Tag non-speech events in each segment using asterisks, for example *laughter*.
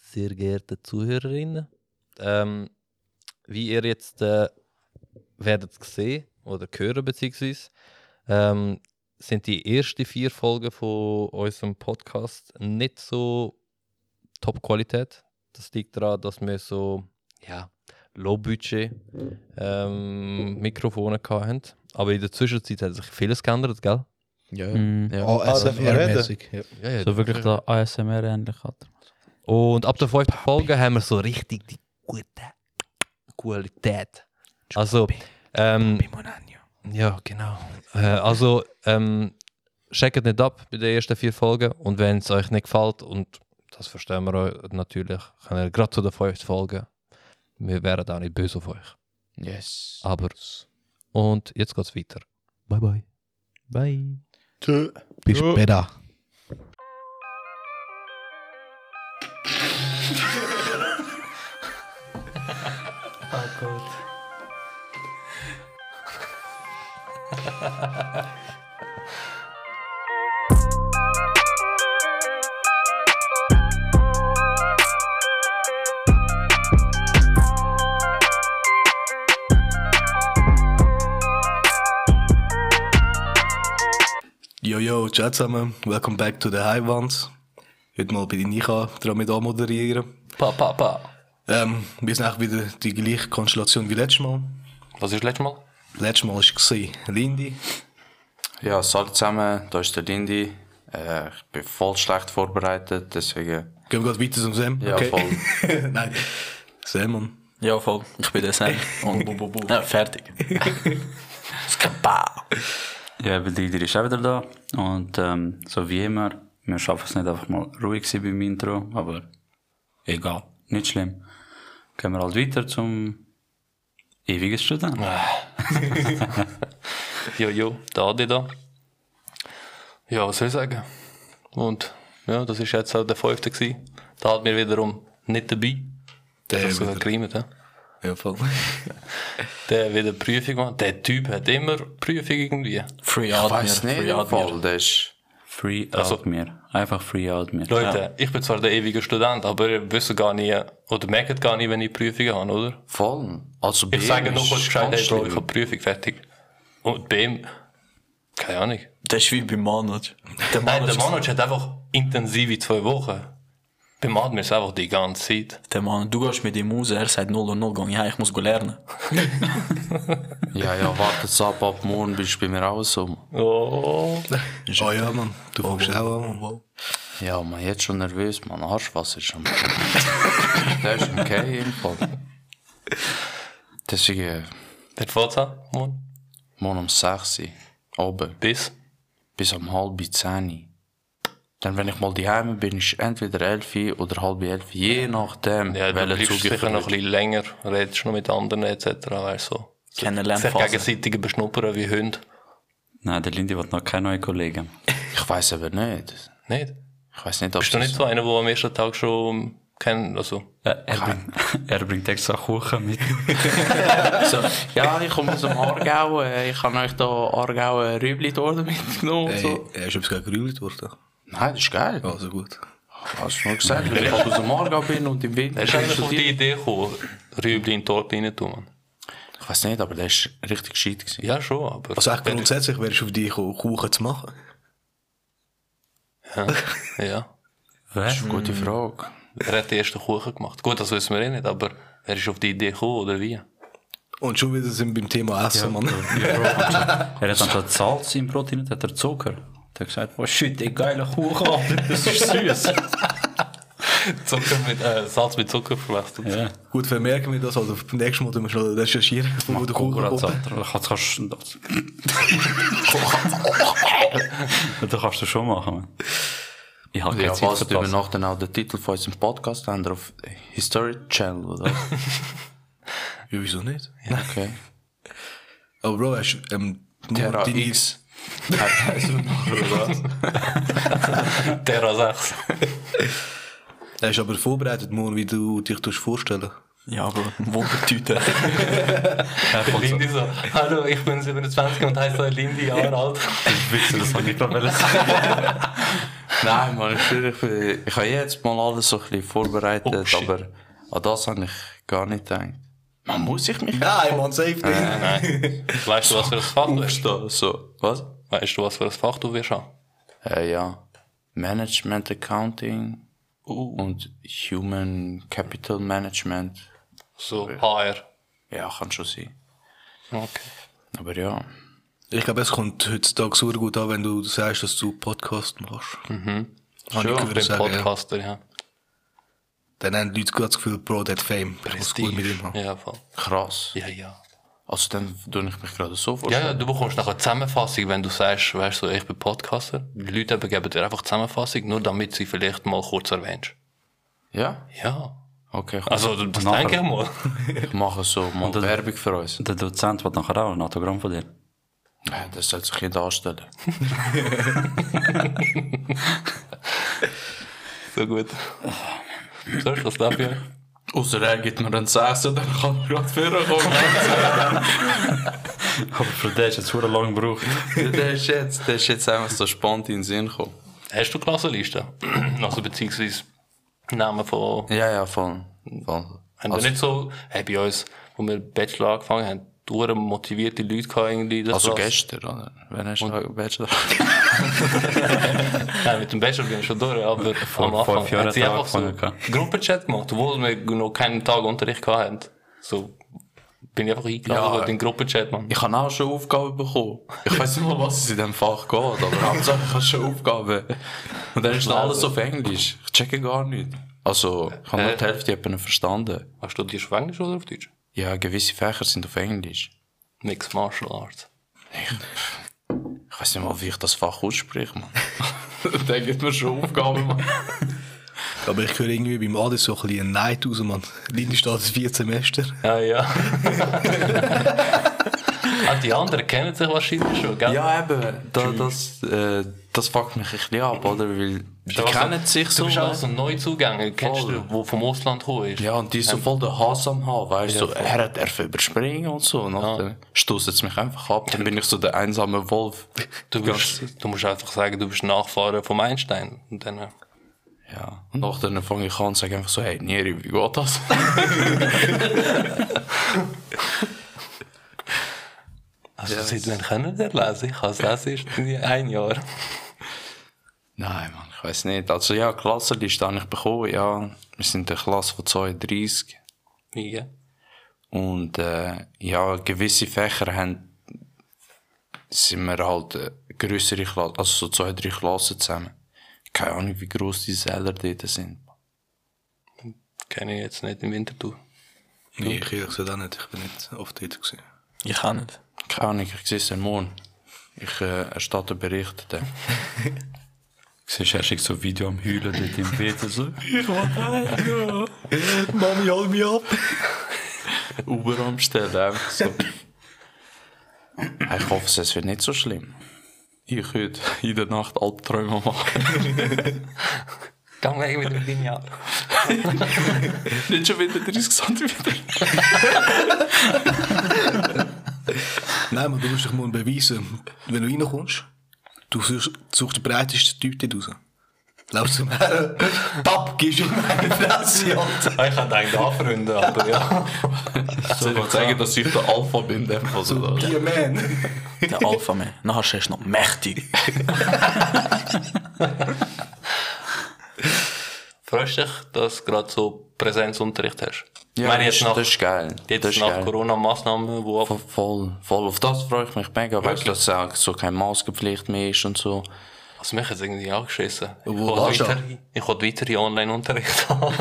sehr geehrte Zuhörerinnen. Ähm, wie ihr jetzt äh, werdet sehen oder hören beziehungsweise, ähm, sind die ersten vier Folgen von unserem Podcast nicht so Top-Qualität. Das liegt daran, dass wir so ja, Low-Budget ähm, Mikrofone hatten. Aber in der Zwischenzeit hat sich vieles geändert, gell? Ja, Mhm. ja. Ah, darf ich ASMR-mäßig. Ja. Ja, ja, So wirklich der ASMR ähnlich hat. Und ab der fünften Folge haben wir so richtig die gute Qualität. Also, ähm, ja, genau. Äh, also, ähm, checkt nicht ab bei den ersten vier Folgen und wenn es euch nicht gefällt, und das verstehen wir euch natürlich, könnt ihr gerade zu der fünften Folge. Wir wären auch nicht böse auf euch. Yes. Aber, und jetzt geht's weiter. Bye bye. Bye. Tschö. Bis Ja. später. Jojo, ciao zusammen. Welcome back to the High Ones. Heute mal bei der Nika dran mit anmoderieren. Pa, pa, pa. Ähm, wir sind auch wieder die gleiche Konstellation wie letztes Mal. Was ist letztes Mal? Letztes Mal war Lindy. Ja, salut zusammen, da ist der Lindy. Äh, ich bin voll schlecht vorbereitet, deswegen. Gehen wir gerade weiter zum Sam? Ja, voll. *laughs* Nein. Sam, Mann. Ja, voll. Ich bin der Sam. Und *laughs* Ja, *laughs* fertig. Skabau. Ja, weil der Lindy ist auch wieder da. Und ähm, so wie immer, wir schaffen es nicht einfach mal ruhig sein beim Intro, aber egal, nicht schlimm. Gehen wir halt weiter zum ewigen Student. Jo, jo, der Adi da. Ja, was soll ich sagen? Und ja, das ist jetzt auch der fünfte gewesen. Da hat mir wiederum nicht dabei. Der hat Der das sogar wieder- gerimet, ja. Ja, voll. Der hat wieder Prüfung gemacht. Der Typ hat immer Prüfung irgendwie. Free Admir, Ich weiß Free nicht, im Admir. Fall, das ist Free Also- Admir. Einfach Free Admir. Leute, ich bin zwar der ewige Student, aber ihr wisst gar nicht, oder merkt gar nicht, wenn ich Prüfungen habe, oder? Voll. Also bei Ich sage ihm nur ist kurz Bescheid, ganz hey, Bro, ich schlimm. habe Prüfung fertig. Und bei ihm, keine Ahnung. Das ist wie bei Manoj. Der Nein, Manoj, der Manoj hat einfach intensive zwei Wochen. Beim Admir ist einfach die ganze Zeit. der Manoj, du gehst mit ihm raus, er sagt 0 und 0 gegangen. Ja, ich muss go lernen. Ja, ja, wartet's ab, ab morgen bist du bei mir auch so. Oh. Oh ja, Mann. Du fängst auch an. Mann. Ja, man, jetzt schon nervös, man. Arschwasser ist schon. *laughs* das ist okay, im Fall. Deswegen, Wird fährt's an? Morgen? morgen um 6 Uhr, oben, Bis? bis um halb 10 Uhr. Dann, wenn ich mal daheim bin, ist entweder 11 Uhr oder halb 11 Uhr, je nachdem, Ja, du bleibst sicher noch ein bisschen länger, redest noch mit anderen etc. Weißt du. Sich Kennenlernphase. gegenseitig beschnuppern wie Hunde. Nein, der Lindy wird noch keine neuen Kollegen. Ich weiß aber nicht. Nicht? Ich weiß nicht, ob Bist du das- nicht so einer, der am ersten Tag schon kennt, also... Äh, er, *laughs* bringt, er bringt extra Kuchen *laughs* mit. so, ja, ich komme aus dem Aargau, äh, ich habe euch da Aargau äh, Rübli-Torte mitgenommen. und Hey, So. er ist etwas gerühlt worden. Nein, das ist geil. Also gut. Hast du nur gesagt, weil ich halt aus dem Aargau bin und im Winter Er ist eigentlich auf die studiere. Idee gekommen, Rüebli in die Torte rein tun. Mann. Ich weiß nicht, aber der ist richtig gescheit gewesen. Ja, schon, aber... Also echt grundsätzlich wärst du auf dich gekommen, Kuchen zu machen. Ja. Das ist eine gute Frage. Wer hat den ersten Kuchen gemacht? Gut, das wissen wir eh nicht, aber... Wer ist auf die Idee gekommen, oder wie? Und schon wieder sind wir beim Thema Essen, Mann. Er hat anstatt Salz im Brot rein, hat er Zucker. Er hat gesagt, was oh, shit, der geile Kuchen, *laughs* das ist süß. Zucker mit, eh, äh, Salz mit Zucker verwechselt. ja. Gut, vermerken wir das. Also beim nächsten Mal müssen wir schon recherchieren, wo der Kuchen Oder kommt. Zatter. Das kannst du. Das Das kannst du schon machen, man. Ich habe keine Ja, Zeit was für tun wir das. noch dann auch den nou Titel von unserem Podcast ändern auf History *laughs* Channel, oder? Ja, wieso nicht? Okay. Aber Bro, hast du ähm, nur Terra deine- X. Nein, Terra 6. hast du aber vorbereitet, morgen, wie du dich tust vorstellen Ja, Bro, Wundertüte. Lindy so, hallo, ich bin 27 und heiße Lindy Jahre alt. *laughs* das wollte ich gerade sagen. Nein, Mann, ich, bin- ich, bin- ich habe jetzt mal alles so ein bisschen vorbereitet, Oh, shit. aber an das habe ich gar nicht gedacht. Man muss ich mich Nein, man, safe nicht. Nein. Weißt du, was für ein Fach du wirst? aufstehen. So. Was? Weißt du, was für ein Fach du wirst haben? Äh, ja. Management Accounting Oh. und Human Capital Management. So, HR. Ja, kann schon sein. Okay. Aber ja. Ich glaube, es kommt heutzutage sehr gut an, wenn du sagst, dass du Podcast machst. Mhm. Habe ich Schon, Ich gehört bin sagen, ja. Podcaster, ja. Dann haben die Leute gerade das Gefühl, Bro, der hat Fame. Ich muss gut mit ihm haben. Ja, voll. Krass. Ja, ja. Also dann tue ich mich gerade so Ja, vorstellen. ja, du bekommst nachher eine Zusammenfassung, wenn du sagst, weißt du, ich bin Podcaster. Die Leute eben geben dir einfach die Zusammenfassung, nur damit sie vielleicht mal kurz erwähnst. Ja? Ja. Okay, ich Also, das nachher- denke ich mal. *laughs* ich *laughs* mache so mal Werbung für uns. Der Dozent wird nachher auch ein Autogramm von dir. Nein, Das sollte sich *laughs* jeder anstellen. So gut. So, ich das dafür. Außer er gibt mir einen 6 und dann kann er gerade *laughs* vorkommen. Aber für den ist jetzt verdammt lange gebraucht. der, ist jetzt, der ist jetzt einfach so spannend in den Sinn gekommen. Hast du Klassenliste? *clears throat* Also, beziehungsweise Namen von. Ja, ja, voll. voll. Haben wir nicht so, hey, bei uns, wo wir Bachelor angefangen haben, durch motivierte Leute gehabt, irgendwie. in der Also Klasse. gestern, oder? Wenn hast du Bachelor? *laughs* Nein, mit dem Bachelor bin ich schon durch, aber am Anfang fünf Jahren haben sie hat er einfach so angefangen, Gruppenchat gemacht, obwohl wir noch keinen Tag Unterricht hatten. So bin ich einfach Ja, eingeladen ja, in den Gruppenchat, Mann. Ich habe auch schon Aufgaben bekommen. Ich weiß nicht mal, was es in diesem Fach geht, aber Hauptsache ich habe schon Aufgaben. Und dann ist noch alles auf Englisch. Ich checke gar nicht. Also, ich habe nur die Hälfte jemanden verstanden. Hast du die auf Englisch oder auf Deutsch? Ja, gewisse Fächer sind auf Englisch. Mixed Martial Arts. Ich weiß nicht mal, wie ich das Fach ausspreche, man. der gibt mir schon Aufgaben, man. Aber ich höre irgendwie beim Adi so ein bisschen einen Neid raus, man. *laughs* Lindy steht das vierte Semester. *laughs* Ja, ja. *laughs* ah, die anderen kennen sich wahrscheinlich schon, gell? Ja, eben. Da, das, äh, das fuckt mich ein bisschen ab, oder? Weil die auch so- kennen sich Also, Du so. bist auch weißt? so ein Neuzugänger, kennst Voll. du, der vom Ausland gekommen ist. Ja, und die ist so voll den Hass am Haar, weißt du? so, er hat darf überspringen und so. Und dann stoßt es mich einfach ab. Dann bin ich so der einsame Wolf. Du, bist, du musst einfach sagen, du bist Nachfahre vom Einstein. Und dann, äh, Ja. Und nachher fange ich an und sage einfach so, hey, Neri, wie geht das? also seit wann können der lesen? Ich kann es lesen, ist irgendwie ein Jahr. Nein, Mann, ich weiß nicht. Also ja, Klassenliste habe ich bekommen, ja. Wir sind eine Klasse von 32. Mega. Und äh, ja, gewisse Fächer haben, sind wir halt äh, größere Klassen, also so zwei, drei Klassen zusammen. Keine Ahnung, wie groß die Säler dort sind. Kenne ich jetzt nicht im Winterthur. Nee, ich ehrlich gesagt auch nicht. Ich bin nicht oft dort gewesen. Ich auch nicht. Keine Ahnung, ich sehe es am morgen. Ich äh, erstatte einen Bericht. Dann. *laughs* Siehst du, er schickt so ein Video am Heulen dort im Bett. So. *laughs* Mami, hol mich ab! *laughs* Uber umstellen, einfach so. ich hoffe, es wird nicht so schlimm. Ich könnte in der Nacht Albträume *laughs* machen. Gang weg mit dem Lineal. nicht schon wieder 30 cm. Nein, man, du musst dich mal beweisen. Wenn du reinkommst, du suchst, suchst den breitesten Typ dort raus. Laufst zum Herren, *laughs* Papp, gibst ihm eine Fresse, Alter. Ich kann eigentlich anfreunden, aber ja. Soll ich zeigen, dass ich der Alpha bin? Dem, also da. Yeah, man. Der Alpha mehr. Nachher ist er noch mächtig. Freust dich, dass du gerade so Präsenzunterricht hast? Ja, ich meine, das, jetzt ist- nach, das ist geil. jetzt das ist nach geil. Corona-Massnahmen, wo einfach Vo- Voll, voll. Auf das freue ich mich mega, weil Wirklich? das auch so keine Maskenpflicht mehr ist und so. Also mich hat es irgendwie angeschissen. Ich Wo wollte warst du? weiter, ich wollte weiterhin Online-Unterricht haben.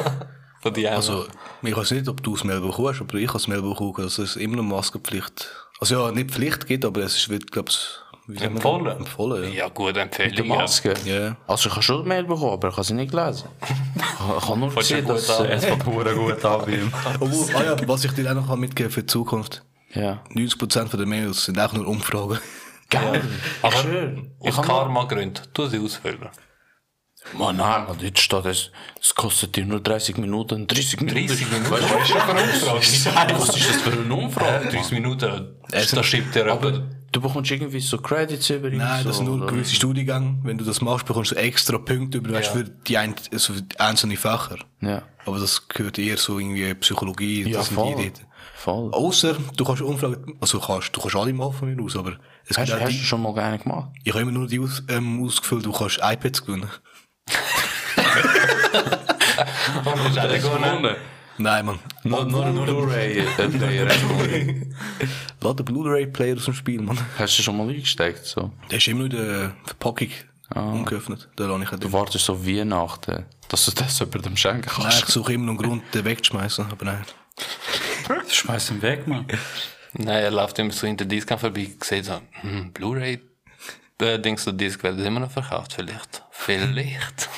Von dir Also, ich weiß nicht, ob du es Melbourne kommst, aber ich habe es Melbourne bekommen, dass es immer noch Maskenpflicht Also ja, nicht Pflicht gibt, aber es wird, glaube ich, Empfohlen? Empfohlen, ja. Ja, gut, Mit der Empfehlung. Ja. Maske. Ja. Also ich habe schon die Mail bekommen, aber ich habe sie nicht gelesen. Ich habe nur *laughs* gesehen, gut dass... an. äh, Es fängt verdammt gut an bei ihm. Obwohl, ah ja, was ich dir auch noch mitgeben kann für die Zukunft. Ja. 90% von den Mails sind auch nur Umfragen. Geil. Aber Ich aus kann- Karma-Gründen, tu sie ausfüllen. Mann, nein, Mann, jetzt steht es, es kostet dir nur 30 Minuten. 30 Minuten? 30 Minuten? Weißt du, Das ist eine Umfrage. was ist das für eine Umfrage? 30 Minuten, Es- da schiebt dir Aber jemand *laughs* Du bekommst irgendwie so Credits über ihn, Nein, so, das sind nur oder? gewisse Studiengänge. Wenn du das machst, bekommst du extra Punkte über, weißt, für, die ein, also für die einzelnen Fächer. Ja. Aber das gehört eher so irgendwie Psychologie, Ja, das sind voll. die dort. Voll. Außer du kannst Umfragen, also kannst, du kannst alle machen von mir aus, aber es hast, gibt auch hast du die, schon mal einen gemacht? ich habe immer nur die aus, ähm, ausgefüllt, du kannst iPads *laughs* gewinnen. Oh, Nein, Mann. Nur, nur, nur Blu-ray-Player. *laughs* Lade den Blu-ray-Player aus dem Spiel, Mann. Hast du schon mal eingesteckt? So? Der ist immer noch in der Verpackung Ah. umgeöffnet. Da lasse ich halt ihn Du drin. wartest so Weihnachten, dass du das jemandem schenken Nein, kannst. Ah, ich suche immer noch einen Grund, den wegzuschmeißen, aber nein. Schmeiß ihn weg, Mann. Nein, er läuft immer so hinter Disc vorbei, sieht so, hm, Blu-ray, äh, denkst du, Disc wird immer noch verkauft, vielleicht. *laughs* Vielleicht.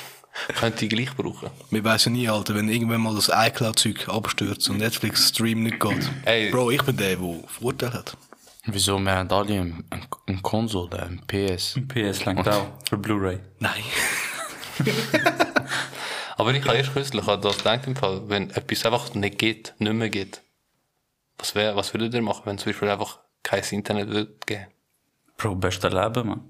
Könnte ich gleich brauchen. Wir weiss ja nie, Alter, wenn irgendwann mal das iCloud-Zeug abstürzt und Netflix-Stream nicht geht. Ey. Bro, ich bin der, der Vorteil hat. Wieso? Wir haben alle einen, einen- einen Konsol, einen PS. PS langt auch für Blu-ray. Nein. Aber ich habe erst kürzlich an das gedacht, im Fall, wenn etwas einfach nicht geht, nicht mehr geht. Was, wär, was würdet ihr machen, wenn zum Beispiel einfach kein Internet würde geben? Bro, beste Leben, Mann.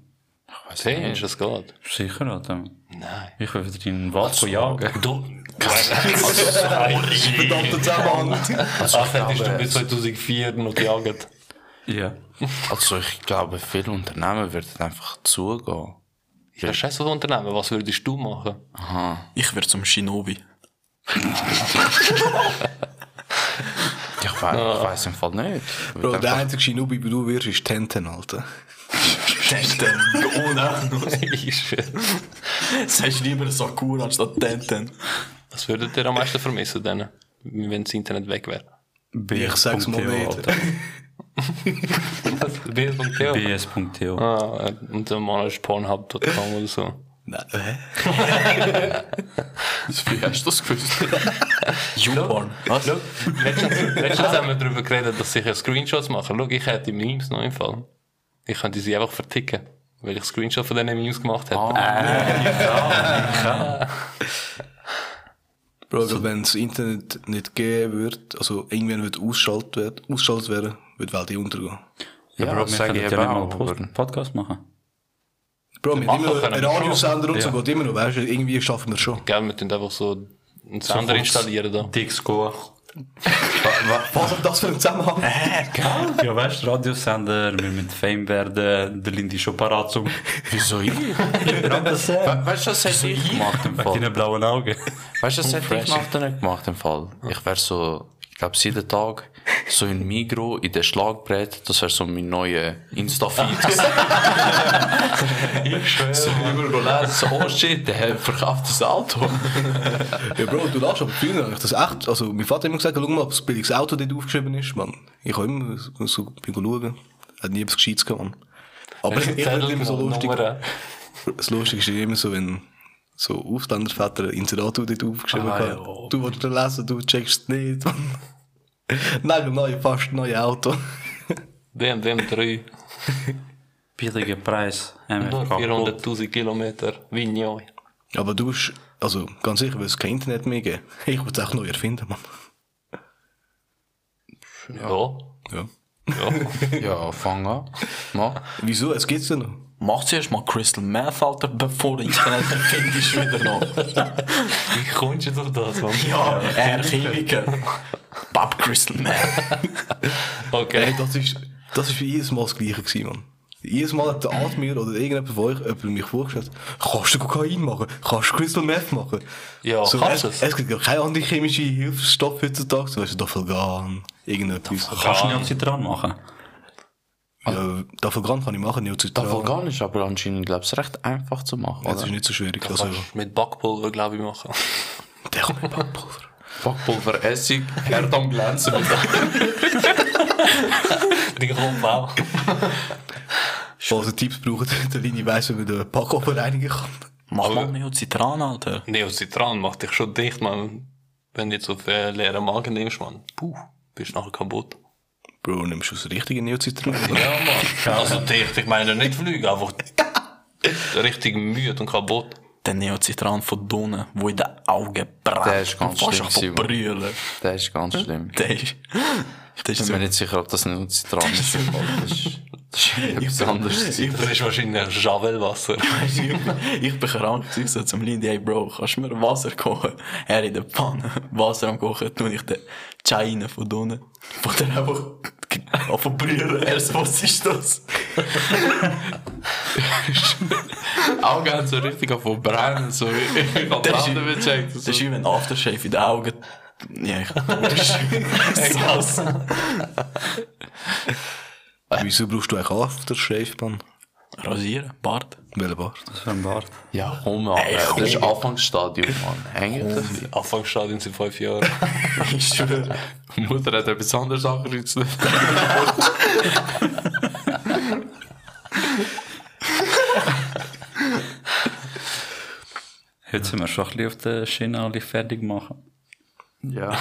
Sehst du, es geht? Sicher, Alter. Mann. Nein. Ich will wieder in den Wald jagen. Du, Ach, hättest du bis 2004 noch gejagt. Ja. Also ich glaube, viele Unternehmen würden einfach zugehen. Ja, scheiß auf Unternehmen, was würdest du machen? *laughs* Ich werde zum Shinobi. Ich weiß, ich weiß im Fall nicht. Ich würd Bro, der einfach- einzige Shinobi, den du wirst, ist Tenten, *laughs* Alter. Oh, Sagst lieber Sakura anstatt Tenten. Was würdet ihr am meisten vermissen, denn, wenn das Internet weg wäre? Ich sag's mal nicht. BS.to. PS.to. Ah, äh, und dann mal ist Pornhub.com oder so. Nein, *laughs* hä? Wie hast du das gewusst? YouPorn. Was? *laughs* Letztens, letztens haben wir darüber geredet, dass ich Screenshots mache. Schau, ich hätte Memes noch im Fall. Ich könnte sie einfach verticken, weil ich Screenshots von diesen Memes gemacht hätte. Bro, ich glaub, wenn das Internet nicht geben wird, also irgendwann wird ausschaltet werden, ausschaltet werden, wird die Welt eh untergehen. Ja, Bro, das wir sage können ich ja eben nicht mal auch, einen Post- Podcast machen. Bro, wir haben immer noch können einen wir Radiosender und so, geht immer noch, weißt du, irgendwie schaffen wir es schon. Gell, wir tun einfach so einen Sender installieren da. Dixco. Was hat das für einen Zusammenhang? Ja, weißt du, Radiosender, wir mit Fame werden, der Lindy ist schon parat *laughs* zum. Wieso ich? Mit We- Weißt du, das hätte ich gemacht im Fall? deinen blauen Augen. Weißt du, das hätte ich gemacht und nicht gemacht im Fall? Ich wäre so, ich glaube, jeden Tag so in Migro, in der Schlagbrett, das wäre so mein neuer Insta-Feed. so überall so, oh shit, der verkauft das Auto. Ja, Bro, du lachst, aber früher habe ich das echt, also mein Vater hat immer gesagt, schau mal, ob das billiges Auto dort aufgeschrieben ist, Mann. Ich habe immer so, so bin schauen, hat nie etwas Gescheites gehabt, Mann. Aber *laughs* ich finde immer so lustig, das Lustige ist immer so, wenn so Ausländerväter Inserat dort aufgeschrieben haben, du willst das lesen, du checkst es nicht, Mann. *laughs* Nein, nein, fast neue Auto. Dem, dem 3. Billiger Preis. Nur MFK. 400.000 Kilometer. Wie neu. Aber du bist, also ganz sicher, weil es kein Internet mehr geben. *laughs* Ich würde es auch neu erfinden, Mann. Ja. Ja. Ja, fang an. Mach. Wieso? Es gibt's ja noch. Macht zuerst mal Crystal Meth, Alter, bevor du Internet erfindest wieder noch. Wie kommst du durch das, Mann? Ja, Herr Chemiker. Pap Crystal Meth. Ey, Okay. das ist, das ist für jedes Mal das Gleiche gewesen, Mann. Jedes Mal hat der Arzt mir oder irgendjemand von euch jemand mich vorgestellt, kannst du Kokain machen? Kannst du Crystal Meth machen? Ja, so, kannst du es. es? Es gibt ja keine andere chemische Hilfsstoff heutzutage, so weißt du, Dofelgan, irgendetwas. Kannst du nicht an sie dran machen? Ja, Dofelgan kann ich machen, nicht zu Das Vulkan ist aber anscheinend, glaube ich, recht einfach zu machen. Das Oder? ist nicht so schwierig. Also, Mit Backpulver, glaube ich, machen. der kommt mit *laughs* Backpulver. Backpulver, Essig, Erdung glänzen. *laughs* Die kommt auch. Falls ihr Tipps braucht, *laughs* der Linie weiss, wie man den Packofen reinigen kann. Mach mal Neo Citran, Alter. Neo Citran macht dich schon dicht, Mann. Wenn du jetzt auf äh, leeren Magen nimmst, Mann. Puh, bist nachher kaputt. Bro, nimmst du das richtige Neozitron? Ja, Mann. Also dicht, ich meine nicht fliegen, einfach richtig müde und kaputt. der Neozitran von Donnen, wo in den Augen brennt. Der ist ganz Und fast schlimm, auf zu Simon. brüllen. Der ist ganz schlimm. Der ist, der Ich ist so... bin mir nicht sicher, ob das nicht Zitran ist. so- Das ist, das ist etwas anderes. Das ist wahrscheinlich Javelwasser. Weisst du, ich- ich bin krank gewesen, so zum Lindy, hey Bro, kannst du mir Wasser kochen? Er in der Pfanne, Wasser am Kochen, tue ich den Chai rein von unten. Von der einfach auf den Brüder, er so, was ist das? Augen haben so richtig auf den Brennen. So, ich hab die Das ist- Hände gecheckt. Das ist wie wenn Aftershave in den Augen. Ja, ich. Sass. Äh, Wieso brauchst du eigentlich Aftershave, Mann? Rasieren, Bart. Welchen Bart? Ja, komm, Alter. Ey, komm. Das ist Anfangsstadium, Mann. Hängt das? Anfangsstadium sind fünf *laughs* Jahre. Ich schwöre. Mutter hat etwas anderes angerührt. Heute sind wir schon ein bisschen auf der Schiene alle fertig machen. Ja.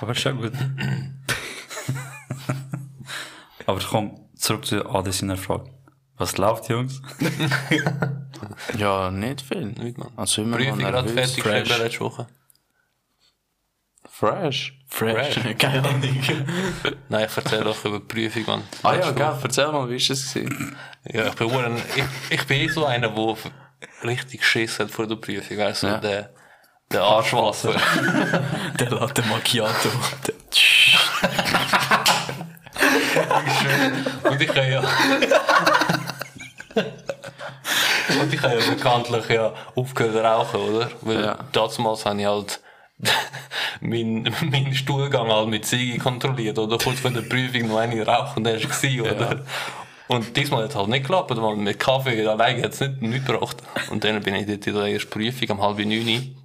Aber ist ja gut. Aber komm, zurück zu Adi seiner Frage. Was läuft, Jungs? Ja, nicht viel. Nicht, Mann. Also immer noch Prüfung gerade nervös. fertig geschrieben letzte Woche. Fresh. Fresh. Keine Ahnung. Nein, ich erzähle doch über die Prüfung, Mann. Ah ja, gell, erzähl mal, wie ist es gewesen? Ja, ich bin huren- ich, ich bin eh so einer, der f- richtig Schiss hat vor der Prüfung. Weißt du, Ja. der, der Arschwasser. *laughs* Der Latte Macchiato. Der- Und ich kann ja. Und ich habe ja bekanntlich ja aufgehört zu rauchen, oder? Weil Ja. damals habe ich halt *laughs* meinen mein Stuhlgang halt mit Ziege kontrolliert, oder? Kurz vor der Prüfung noch eine rauchen, der war, gewesen, oder? Und diesmal hat es halt nicht geklappt, weil mit Kaffee alleine hat es nicht, nicht gebracht. Und dann bin ich dort in der ersten Prüfung um halb neun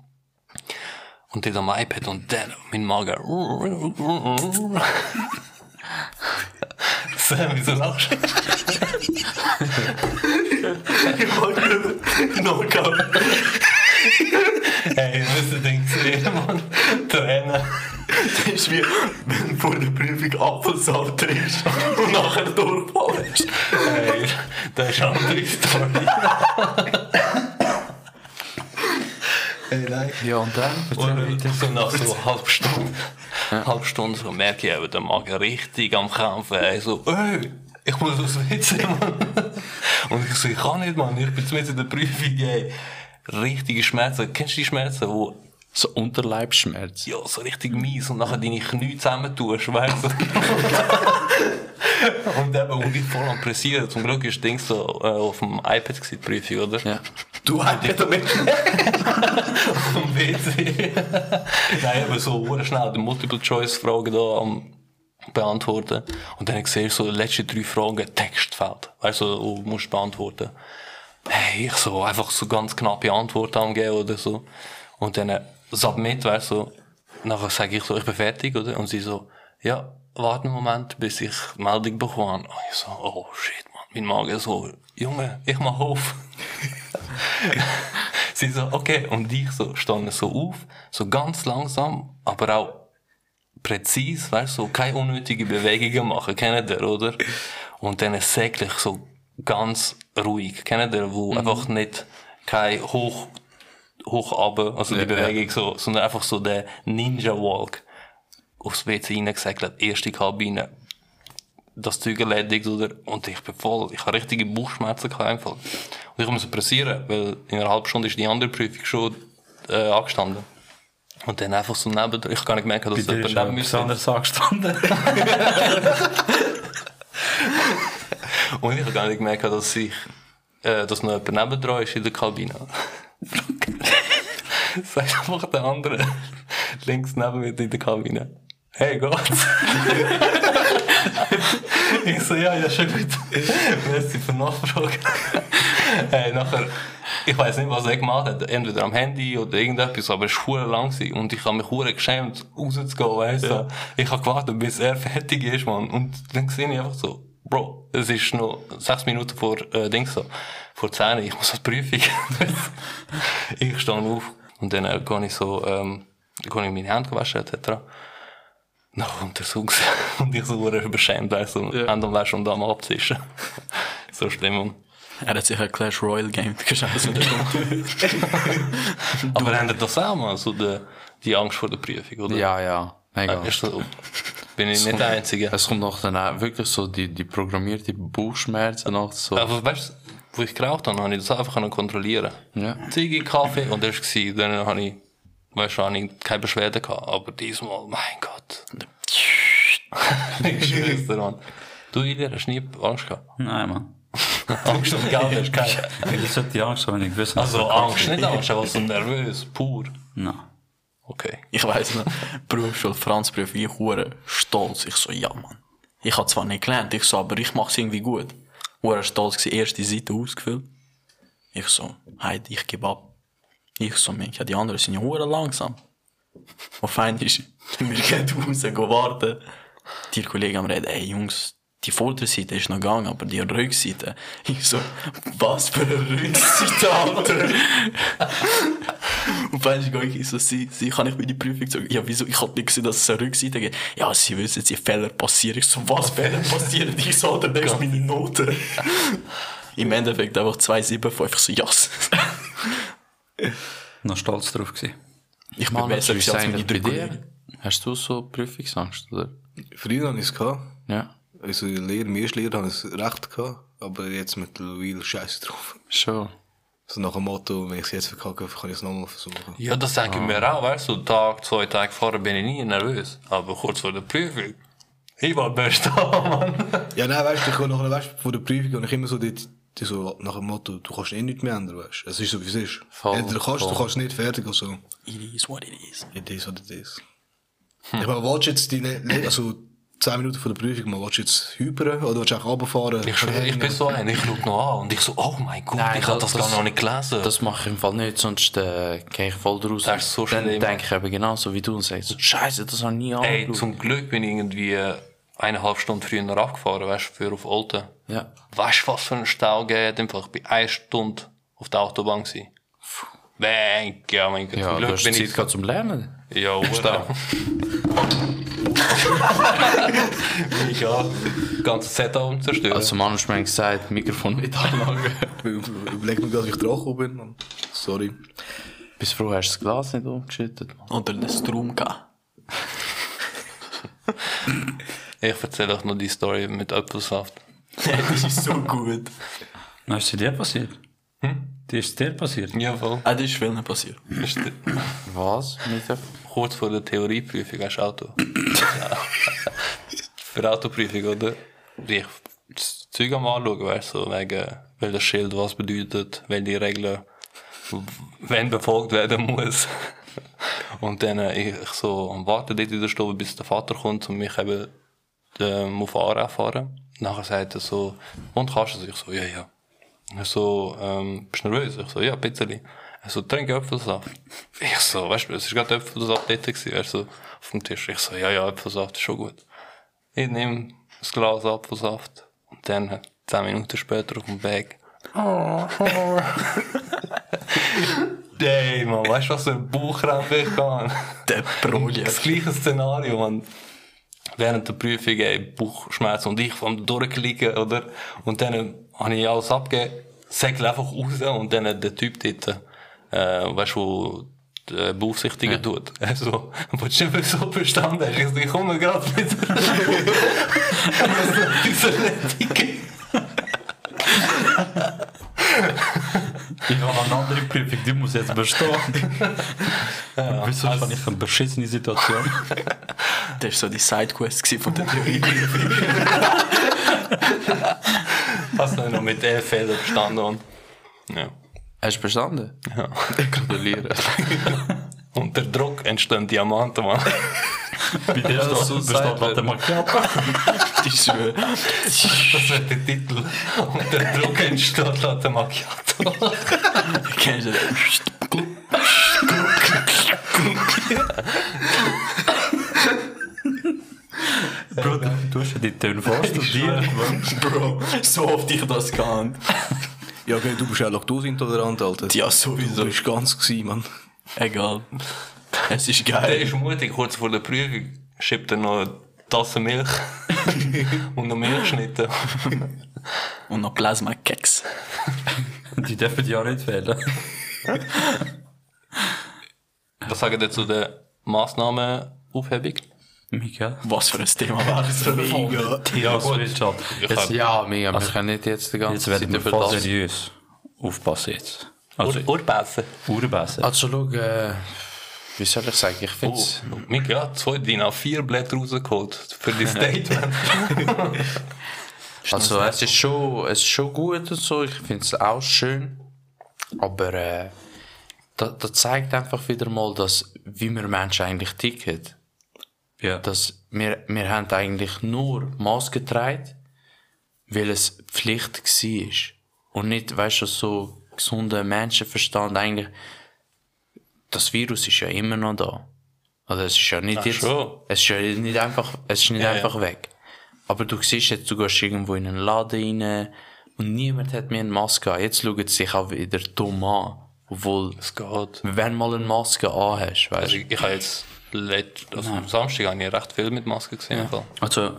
und dort am iPad und dann mein Magen. Sam, wieso lachst du? Ich wollte Knockout. Hey, das ist ein Ding gesehen, Mann. Tränen. Das ist wie wenn vor der Prüfung Apfelsaft drin ist und nachher Durchfall ist. Hey, das ist eine andere Story. Ja, und dann? Und so nach so einer halben Stunde, halb Stunde so merke ich eben, der Magen richtig am Kämpfen. Hey, so, ey, ich muss aufs WC, Mann. *laughs* Und ich so, ich kann nicht, Mann, ich bin mitten in der Prüfung, ey. Richtige Schmerzen. Kennst du die Schmerzen, wo So Unterleibsschmerz. ja, so richtig mies und nachher deine Knie zusammentust, weißt du? *laughs* und eben, und ich voll am Pressieren. Zum Glück war das Ding so äh, auf dem iPad gewesen, die Prüfung, oder? Ja. Du iPad damit? Vom WC. *laughs* Nein, aber so hure schnell die Multiple-Choice-Fragen da am beantworten. Und dann siehst du so die letzten drei Fragen, Textfeld. Weißt du, wo du musst beantworten. Hey, ich so einfach so ganz knappe Antworten angeben oder so. Und dann äh, Submit, weißt du, so. nachher sage ich so, ich bin fertig, oder? Und sie so, ja, warte einen Moment, bis ich Meldung bekomme. Und ich so, oh shit, Mann, mein Magen so, Junge, ich mach auf. *laughs* sie so, okay, und ich so, stand so auf, so ganz langsam, aber auch präzise, weißt du, so keine unnötigen Bewegungen machen, kennt ihr, oder? Und dann säglich so ganz ruhig, kennt ihr, wo einfach nicht kein hoch, hoch runter, also die Bewegung so, sondern einfach so der Ninja Walk aufs WC reingesägelt, erste Kabine, das Zeug erledigt, oder? Und ich bin voll, ich habe richtige Bauchschmerzen gehabt, einfach. Und ich muss pressieren, weil in einer halben Stunde ist die andere Prüfung schon, äh, angestanden. Und dann einfach so nebendran, ich kann nicht merken, dass jemand neben mir sitzt. *laughs* angestanden. Und ich habe gar nicht gemerkt, dass ich, äh, dass noch jemand nebendran ist in der Kabine. Sag einfach den anderen links neben mir in der Kabine. Hey, geht's? *laughs* ich so, ja, ja, schon gut. Merci für die Nachfrage. *laughs* hey, nachher, ich weiß nicht, was er gemacht hat. Entweder am Handy oder irgendetwas, aber es war verdammt lang. gewesen. Und ich habe mich hure geschämt, rauszugehen, weißt du. Ich habe gewartet, bis er *laughs* fertig ist, Mann. Und dann sehe ich einfach so, Bro, es ist noch sechs Minuten vor, äh, Dings so, vor 10 ich muss auf die Prüfung. *laughs* ich stehe auf. Und dann äh, gehe ich so, ähm, gehe ich meine Hände gewaschen, etc. Dann kommt *laughs* der Zug *laughs* und ich so hure überschämt, weißt du, Hände am Waschen und am Abzischen. so schlimm. Er hat sich ein Clash Royale Game geschossen. Aber haben das auch mal, so die, die Angst vor der Prüfung, oder? Ja, ja. Mega. Äh, Ist das, bin ich nicht der Einzige. Es kommt noch danach wirklich so die, die programmierte Bauchschmerzen noch so. Aber weißt du, wo ich geraucht habe, habe ich das einfach können kontrollieren. Ja. Ziege, Kaffee und das war Dann habe ich, weißt du, habe ich keine Beschwerden gehabt. Aber diesmal, mein *laughs* Gott. ich schwör's dir, Mann. Du, Ilja, hast nie Angst gehabt. Nein, Mann. Angst um Geld hast du *laughs* keine. Ich sollte die Angst haben, wenn ich gewusst habe. Also Angst, nicht Angst, aber so nervös, pur. Nein. Okay. *laughs* Ich weiß noch, Berufsschule, Franzprüfung, ich hure stolz. Ich so, ja Mann. Ich habe zwar nicht gelernt, ich so, aber ich mach's irgendwie gut. Hure stolz gewesen, erste Seite ausgefüllt. Ich so, Heidi, ich gebe ab. Ich so, Mensch, ja, die anderen sind ja hure langsam. Auf einmal ist, *laughs* wir gehen raus, gehen warten. Die Kollegen haben reden, ey Jungs, die Vorderseite ist noch gegangen, aber die Rückseite. *laughs* Ich so, was für eine Rückseite, Alter? *laughs* Und dann gehe ich so, sie, sie kann ich mir die Prüfung sagen. Ja, wieso? Ich hab nicht gesehen, dass es eine Rückseite gibt. Ja, sie wissen, sie Fehler passieren. Ich so, was Fehler passieren? Ich so, dann denkst meine Noten. Im Endeffekt einfach 2,75. Ich so, ja. Noch stolz drauf gewesen. Ich bin Mann, besser wie gewesen als meine eigentlich bei drei dir? Kollegen. Hast du so Prüfungsangst, oder? Früher hatte ich es. gehabt. Ja. Also, die Lehrer, Mischlehrer haben es recht gehabt. Aber jetzt mittlerweile scheiße drauf. Schon. So nach dem Motto, wenn ich es jetzt verkacke, kann ich es nochmal versuchen. Ja, das denke ich mir auch, weißt du, so Tag, zwei Tage vorher bin ich nie nervös. Aber kurz vor der Prüfung, ich war best da, Mann. Ja, nein, weißt du, ich komme nachher, weißt du, vor der Prüfung und ich immer so dort, die so nach dem Motto, du kannst eh nichts mehr ändern, weißt du. Es ist so, wie es ist. Voll, Entweder kannst du, du kannst nicht fertig oder so. It is what it is. Hm. It is what it is. Ich meine, willst du jetzt die, Le- Le- also, 10 Minuten vor der Prüfung, mal, willst du jetzt hypern oder willst du auch runterfahren? Ich schwöre, *laughs* ich bin so ein, ich schaue noch an und ich so, oh mein Gott, Nein, ich habe das- das, gar das- noch nicht gelesen. Das mache ich im Fall nicht, sonst äh, gehe ich voll draus. Das ist so Dann schlimm. denke ich eben genauso wie du und sage so, Scheiße, nou das habe ich nie Ey, angeschaut. zum Glück bin ich irgendwie eineinhalb Stunden früher abgefahren, weißt du, für auf Olten. ja. Weißt du, was für ein Stau geht? Einfach, ich bin eine Stunde auf der Autobahn gewesen. Bang, ja, mein Gott, zum ja, dus du hast Glück bin Zeit ich. gehabt zum Lernen. Ja, *laughs* Stau. ich auch. Ganzes Setup zerstören. Also manchmal hast du mir gesagt, Mikrofon nicht anlangen. Ich überlege mir gerade, wie ich drauf gekommen bin. Mann. Sorry. Bis froh hast du das Glas nicht umgeschüttet. Mann. Oder den Strom gehen. ich erzähle euch noch die Story mit Apfelsaft. das ist so gut. Dann ist sie dir passiert. Die ist dir passiert. Jawohl. Ah, das ist viel nicht passiert. Was? Mit der- Kurz vor der Theorieprüfung hast du *laughs* Auto. Ja. Für Autoprüfung, oder? Ich das Zeug am Anschauen, weißt du, so wegen welches Schild was bedeutet, welche Regeln, w- wenn befolgt werden muss. Und dann äh, ich, ich so am Warten dort in der Stube, bis der Vater kommt und mich eben ähm, auf Aarau fahren. Nachher sagt er so, und kannst du es? Ich so, ja, ja. Er so, ähm, bist du nervös? Ich so, ja, ein bisschen. Er so, trink Apfelsaft. Ich so, weißt du, es war gerade Apfelsaft dort gewesen. Er so, auf dem Tisch. Ich so, ja, ja, Apfelsaft ist schon gut. Ich nehme das Glas Apfelsaft. Und dann, äh, zehn Minuten später auf dem Weg. Ey, man, weißt du, was für ein Bauchkrampf ich kann? Der Brolie. Das gleiche Szenario, man. Während der Prüfung, ey, Bauchschmerzen und ich am durchklicken, oder? Und dann äh, habe ich alles abgegeben, säckel einfach raus und dann der Typ dort, äh, weißt du, wo die äh, Beaufsichtigen tut. *laughs* Also, willst du nicht so bestanden hast? Ich so, ich komme gerade wieder. Diese Rettung. Ich habe eine andere Prüfung, die muss jetzt *laughs* bestehen. ja, Wieso also, ich eine beschissene Situation? Das war so die Sidequest gewesen von der Theorie. Hast du noch mit elf Fehlern bestanden? Und, ja. Hast du bestanden? Ja. Gratuliere. Unter Druck entstehen Diamanten, man. Bei dir steht, so besteht was der é Macchiato. Ich schwöre. Das wird der Titel. Um Unter Druck entsteht Latte Macchiato. Kennst du das? Bro, du, du hast ja die Töne vorstudiert. Bro, so oft ich das kann. Ja, okay, du bist ja laktosintolerant, Alter. Ja, sowieso. Du bist ganz gewesen, Mann. Egal. Es ist Der geil. ist mutig, kurz vor der Prüfung *laughs* schiebt er noch eine Tasse Milch und einen Milchschnitte. und noch Plasma-Keks. *laughs* Die dürfen ja nicht wählen. Was sagen ihr zu der Massnahmenaufhebung? Miguel? Was für ein Thema war das? Mega. Ja, switch ab. Jetzt, Ja, mega. wir können nicht jetzt die ganze jetzt Zeit werden wir über voll das. seriös. Aufpassen jetzt. Also, Ur Urbessen. Urbessen. Also, schau, äh, wie soll ich sagen? Ich finde Oh, es. Mika, ja, zwei DIN A4 Blätter rausgeholt für *laughs* die Statement. Also es ist schon, es ist schon gut und so, ich finde es auch schön. Aber äh, das, das zeigt einfach wieder mal, dass, wie wir Menschen eigentlich ticken. Ja. Dass wir, wir haben eigentlich nur Maske getragen, weil es Pflicht war. Und nicht, weißt du, so gesunder Menschenverstand eigentlich. Das Virus ist ja immer noch da. Also es ist ja nicht jetzt, schon. es ist ja nicht einfach, es ist nicht einfach weg. Aber du siehst jetzt, du gehst irgendwo in einen Laden rein und niemand hat mehr eine Maske an. Jetzt schauen sie sich auch wieder dumm an. Obwohl, Es geht. wenn mal eine Maske an hast, weißt Also du. ich, ich habe jetzt let, also am Samstag habe ich recht viel mit Maske gesehen. Ja. Also,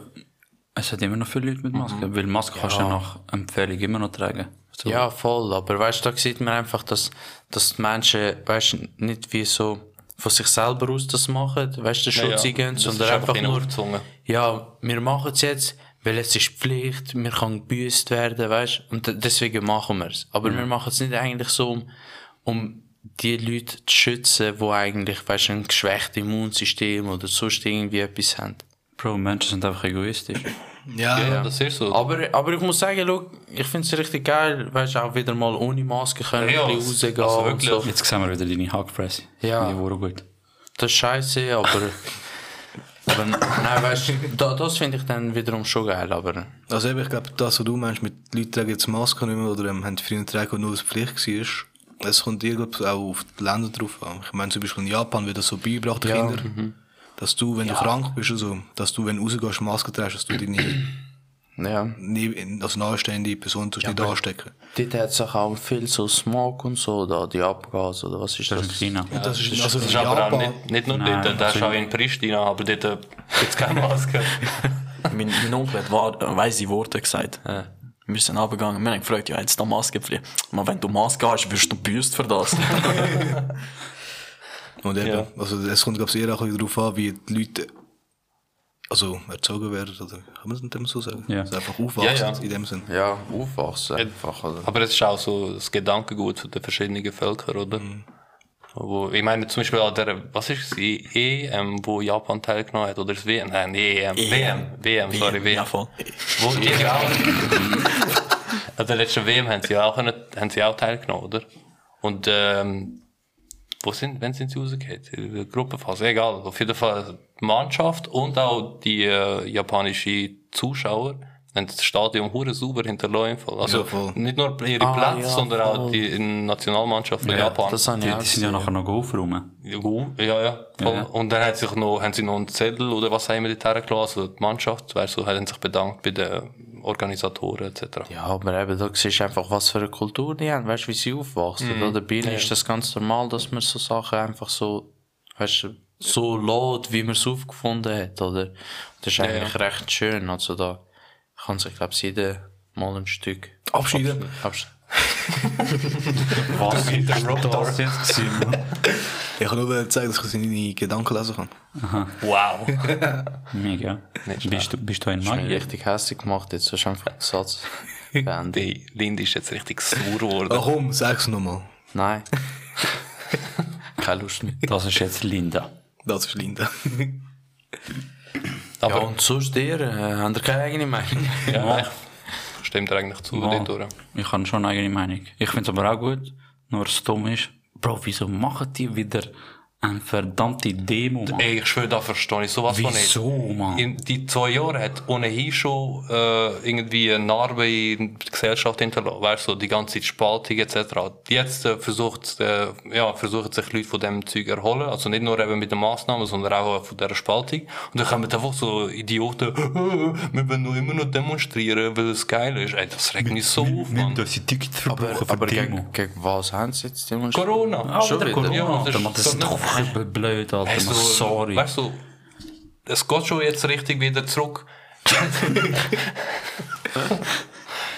es hat immer noch viele Leute mit Maske, weil Maske kannst du ja nach Empfehlung immer noch tragen. So. Mhm. Ja, voll. Aber weißt du, da sieht man einfach, dass, dass die Menschen, weißt du, nicht wie so von sich selber aus das machen, weißt du, den Schutz eingehen, sondern einfach nur, Aufzungen. ja, wir machen es jetzt, weil es ist Pflicht, wir können gebüßt werden, weißt du, und de- deswegen machen wir es. Aber Mhm. wir machen es nicht eigentlich so, um, um die Leute zu schützen, die eigentlich, weißt du, ein geschwächtes Immunsystem oder sonst irgendwie etwas haben. Bro, Menschen sind einfach egoistisch. Ja, Ja, das ist so. Aber, aber ich muss sagen, schau, ich finde es richtig geil, weißt du, auch wieder mal ohne Maske können, Ja, ein das- bisschen rausgehen also und wirklich. so. Jetzt sehen wir wieder deine Hackfresse. Ja. Die wurde gut. Das ist scheiße, aber. aber nein, weißt du, da, das finde ich dann wiederum schon geil, aber. Also eben, ich glaube, das, was du meinst, mit die Leute tragen jetzt Masken nicht mehr oder ähm, haben früher getragen, die nur als Pflicht war, es kommt irgendwie auch auf die Länder drauf an. Ich meine, zum Beispiel in Japan wird das so beigebracht, den Kindern, mhm. dass du, wenn du krank bist, also, dass du, wenn du rausgehst, Maske trägst, dass du *clears throat* deine Ja. nie, als nahestehende Person tust nicht anstecken. Dort hat es auch viel so Smog und so, da, die Abgase oder was ist Das das? ist in China. Und das ist, also das in ist aber auch Japan, nicht, nicht nur Nein, dort, da ist auch in Pristina, aber dort gibt es keine Maske. *laughs* mein, mein Onkel hat wahr, äh, weise Worte gesagt. Wir sind runtergegangen, wir haben gefragt, ja, jetzt da Maskenpflicht. Man, wenn du Maske hast, wirst du büßt für das. und eben, also es kommt, glaube ich, eher auch darauf an, wie die Leute also erzogen werden, oder kann man das nicht dem so sagen? Ja. Also einfach aufwachsen, Ja, ja. in dem Sinn. Ja, aufwachsen einfach. Oder? Aber es ist auch so das Gedankengut der verschiedenen Völker, oder? Wo, ich meine zum Beispiel an der, was ist es, EM, wo Japan teilgenommen hat, oder das WM, nein, E EM, WM, WM, *laughs* sorry, WM. Ja, voll. Wo die ja auch. An der letzten WM haben sie ja auch, können- haben sie auch teilgenommen, oder? Und, ähm, wo sind, wenn sind sie rausgekommen? In der Gruppenphase, egal. Auf jeden Fall also die Mannschaft und auch die äh, japanische Zuschauer haben das Stadion hure sauber hinterlassen. voll. Also Ja, voll. nicht nur ihre Ah, Plätze, ja, sondern auch voll. die Nationalmannschaft von Japan. Das habe Die, ich auch die sind ja gesehen. nachher noch aufräumen. Ja, gut, ja, ja, voll. Ja. Und dann hat sich noch, haben sie noch einen Zettel oder was haben wir dort hergelassen, also die Mannschaft, weißt du, haben sich bedankt bei den Organisatoren etc. Ja, aber eben, da siehst du einfach, was für eine Kultur die haben, weißt du, wie sie aufwachsen. Oder? Bei ihnen ist das ganz normal, dass man so Sachen einfach so, weißt du, so lädt, wie man es aufgefunden hat, oder? Das ist eigentlich recht schön, also da kann sich, glaube ich, jeder mal ein Stück Abschieden. absch- Was ist das jetzt gewesen? Ich kann nur zeigen, dass ich seine Gedanken lesen kann. Wow! Mega. Bist du, bist du ein Hast mich Magier? richtig hässlich gemacht, jetzt hast du einfach den *laughs* Satz beendet. Die Linde ist jetzt richtig sauer geworden. *laughs* Ach komm, sag's nochmal. Nein. Keine Lust *laughs* mehr. Das ist jetzt Linda. Das ist Linda. Ja, und sonst dir, äh, habt ihr keine eigene Meinung? Ja, ich stimme dir eigentlich zu, Mal. dort durch. Ich habe schon eine eigene Meinung. Ich finde es aber auch gut, nur es dumm ist. Bro, wieso machen die wieder eine verdammte Demo, Mann? Ey, ich schwöre, da verstehe ich sowas von Wieso, Mann? nicht. In die zwei Jahre hat ohnehin schon äh, irgendwie eine Narbe in der Gesellschaft hinterlassen. Weißt du, die ganze Spaltung etc. Jetzt äh, versucht, äh, ja, versuchen sich Leute von dem Zeug erholen. Also nicht nur eben mit den Massnahmen, sondern auch äh, von dieser Spaltung. Und dann kommen einfach so Idioten, äh, wir wollen nur immer noch demonstrieren, weil es geil ist. Ey, das regt mich so auf, Mann. unsere Tickets Aber, aber gegen, gegen was haben sie jetzt demonstriert? Corona. Ah, Schon wieder wieder? Corona, Ja, das Alter, ist- Mann, das ist das- doch übel blöd, Alter. Also, Mann, sorry. Weißt du, es geht schon jetzt richtig wieder zurück.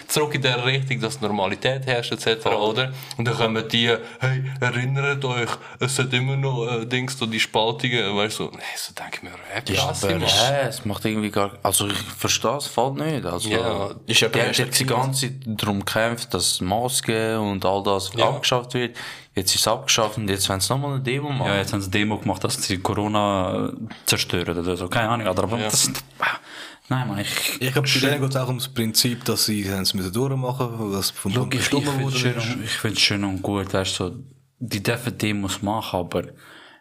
zurück in der Richtung, dass Normalität herrscht, etc., oder? Und dann kommen die, hey, erinnert euch, es hat immer noch, äh, Dings, so die Spaltungen, weißt du, so, nee, so denke ich mir, hä, Ja, krass, aber immer. hä, es macht irgendwie gar... Also ich verstehe es voll nicht. Also, Ja, ist ja die haben besser jetzt die ganze Zeit darum gekämpft, dass Maske und all das abgeschafft wird. Jetzt ist es abgeschafft und jetzt wollen sie nochmal eine Demo machen. Ja, jetzt haben sie Demo gemacht, dass sie Corona äh, zerstören oder so. Keine Ahnung, aber Ja. das, ah, nein, man, ich, Ich glaube, bei denen geht es auch ums Prinzip, dass sie es müssen durchmachen müssen, was vom Bund ich, ich bestimmt finde es wurde. schön, und- ich find's schön und gut, weißt du, so, die dürfen Demos machen, aber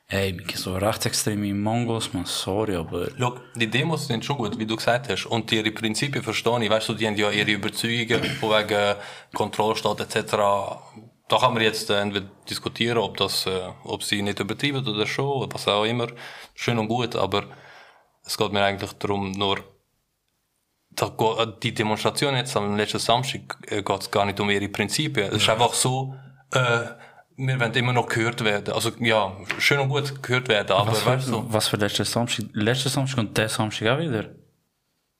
ey, wir sind so rechtsextreme Mongos, man, sorry, aber Schau, die Demos sind schon gut, wie du gesagt hast. Und ihre Prinzipien verstehe ich. Weißt du, die haben ja ihre Überzeugungen von wegen Kontrollstaat etc. Da kann man jetzt äh, entweder diskutieren, ob, das, äh, ob sie nicht übertreiben oder schon, oder was auch immer. Schön und gut, aber es geht mir eigentlich darum, nur da, go- äh, die Demonstration jetzt am letzten Samstag äh, geht es gar nicht um ihre Prinzipien. Es ist einfach so, äh, wir werden immer noch gehört werden. Also ja, schön und gut gehört werden, aber was, weißt du. für, was für letzte Samstag? Letzte Samstag und der Samstag auch wieder?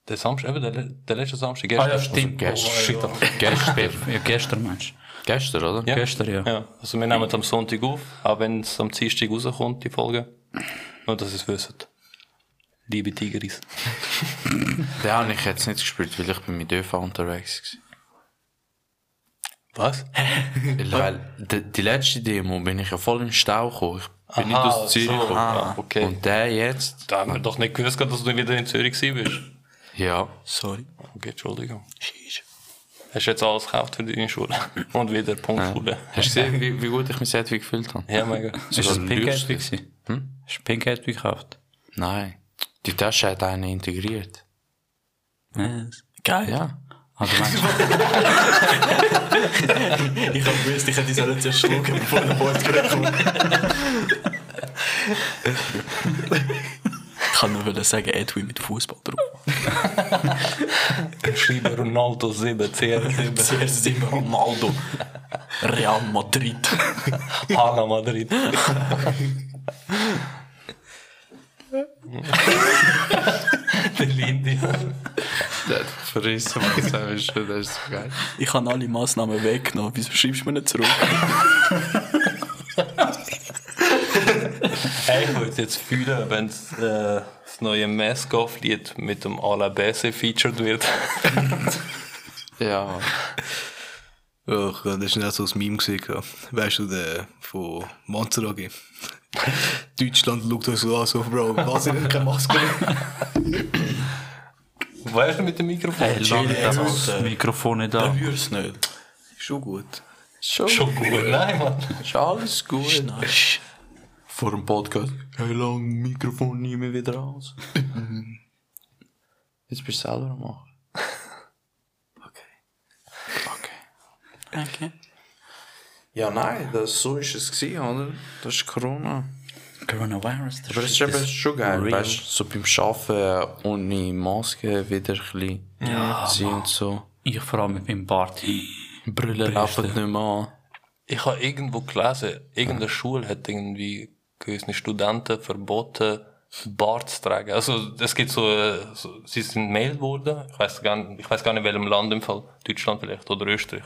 Der Samstag, eben der, le- der letzte Samstag, gestern. Ah Oh, ja, stimmt. Also Shit, gestern. *laughs* Ja, gestern, meinst Gestern, oder? du? Gestern, ja. Ja, also wir nehmen es am Sonntag auf, auch wenn es am Dienstag rauskommt, die Folge. Nur, dass ihr es wisst. Liebe Tigeris. Den habe ich jetzt nicht gespielt, weil ich bin mit ÖV unterwegs Was? war. Weil- *laughs* weil die, die letzte Demo bin ich ja voll im Stau gekommen. Ich bin Aha, nicht aus Zürich so. gekommen. Ah, okay. Und der jetzt? Da haben wir doch nicht gewusst, dass du wieder in Zürich gewesen bist. *laughs* Ja. Sorry. Okay, Entschuldigung. Hast du jetzt alles gekauft für deine Schule? Und wieder Punktschule. Hast du gesehen, wie, wie gut ich mich seit wie gefühlt habe? Ja, mega. Ist das ein Pink Lüster. Hedwig? gewesen? Ist das Pink Hedwig gekauft? Nein. Die Tasche hat einen integriert. Geil. Ja. Also meinst du, Ich hab gewusst, ich hätte die sollen zuerst schlucken, bevor der Bord zurückkommt. ich kann nur wollen sagen, Edwin mit Fußball drauf. Schreibe Ronaldo 7, CR7, Zuerst sind wir Ronaldo. Real Madrid. Hala Madrid. Der Lindy. Verrissen, was *laughs* das ist. Das ist so geil. Ich habe alle Massnahmen weggenommen. Wieso schreibst du mir nicht zurück? Hey, ich würde jetzt fühlen, wenn äh, das neue Mask-Off-Lied mit dem Alabese featured wird. Ja. Ja, ich glaub, das ist nicht so ein Meme gesehen. gehabt. Weißt du, der von Monster *laughs* AG. Deutschland schaut uns so an, so, Bro, was ihr keine Maske mehr. weißt du, mit dem Mikrofon? ey, lange Chill, das Alter. Mikrofon nicht Dann an. rühr's nicht. Schon gut. Schon. Schon gut, nein, Mann. Ist alles gut. Nein. Vor dem Podcast. Hey, lang Mikrofon nie mehr wieder raus. *laughs* Jetzt bist du selber am *laughs* machen. Okay. Okay. Okay. Ja, nein, das, so ist es gewesen, oder? Das ist Corona. Coronavirus, Aber es ist eben schon geil, weißt du, so beim Arbeiten äh, ohne Maske wieder ein bisschen sein und so. Ich vor allem mit meinem Bart. Brüllen laufen nicht mehr an. Ich habe irgendwo gelesen, irgendeine Schule hat irgendwie gewissen Studenten verboten, Bart zu tragen. Also es gibt so, äh, so sie sind mail worden, ich weiß gar nicht, ich weiß gar nicht in welchem Land im Fall, Deutschland vielleicht oder Österreich,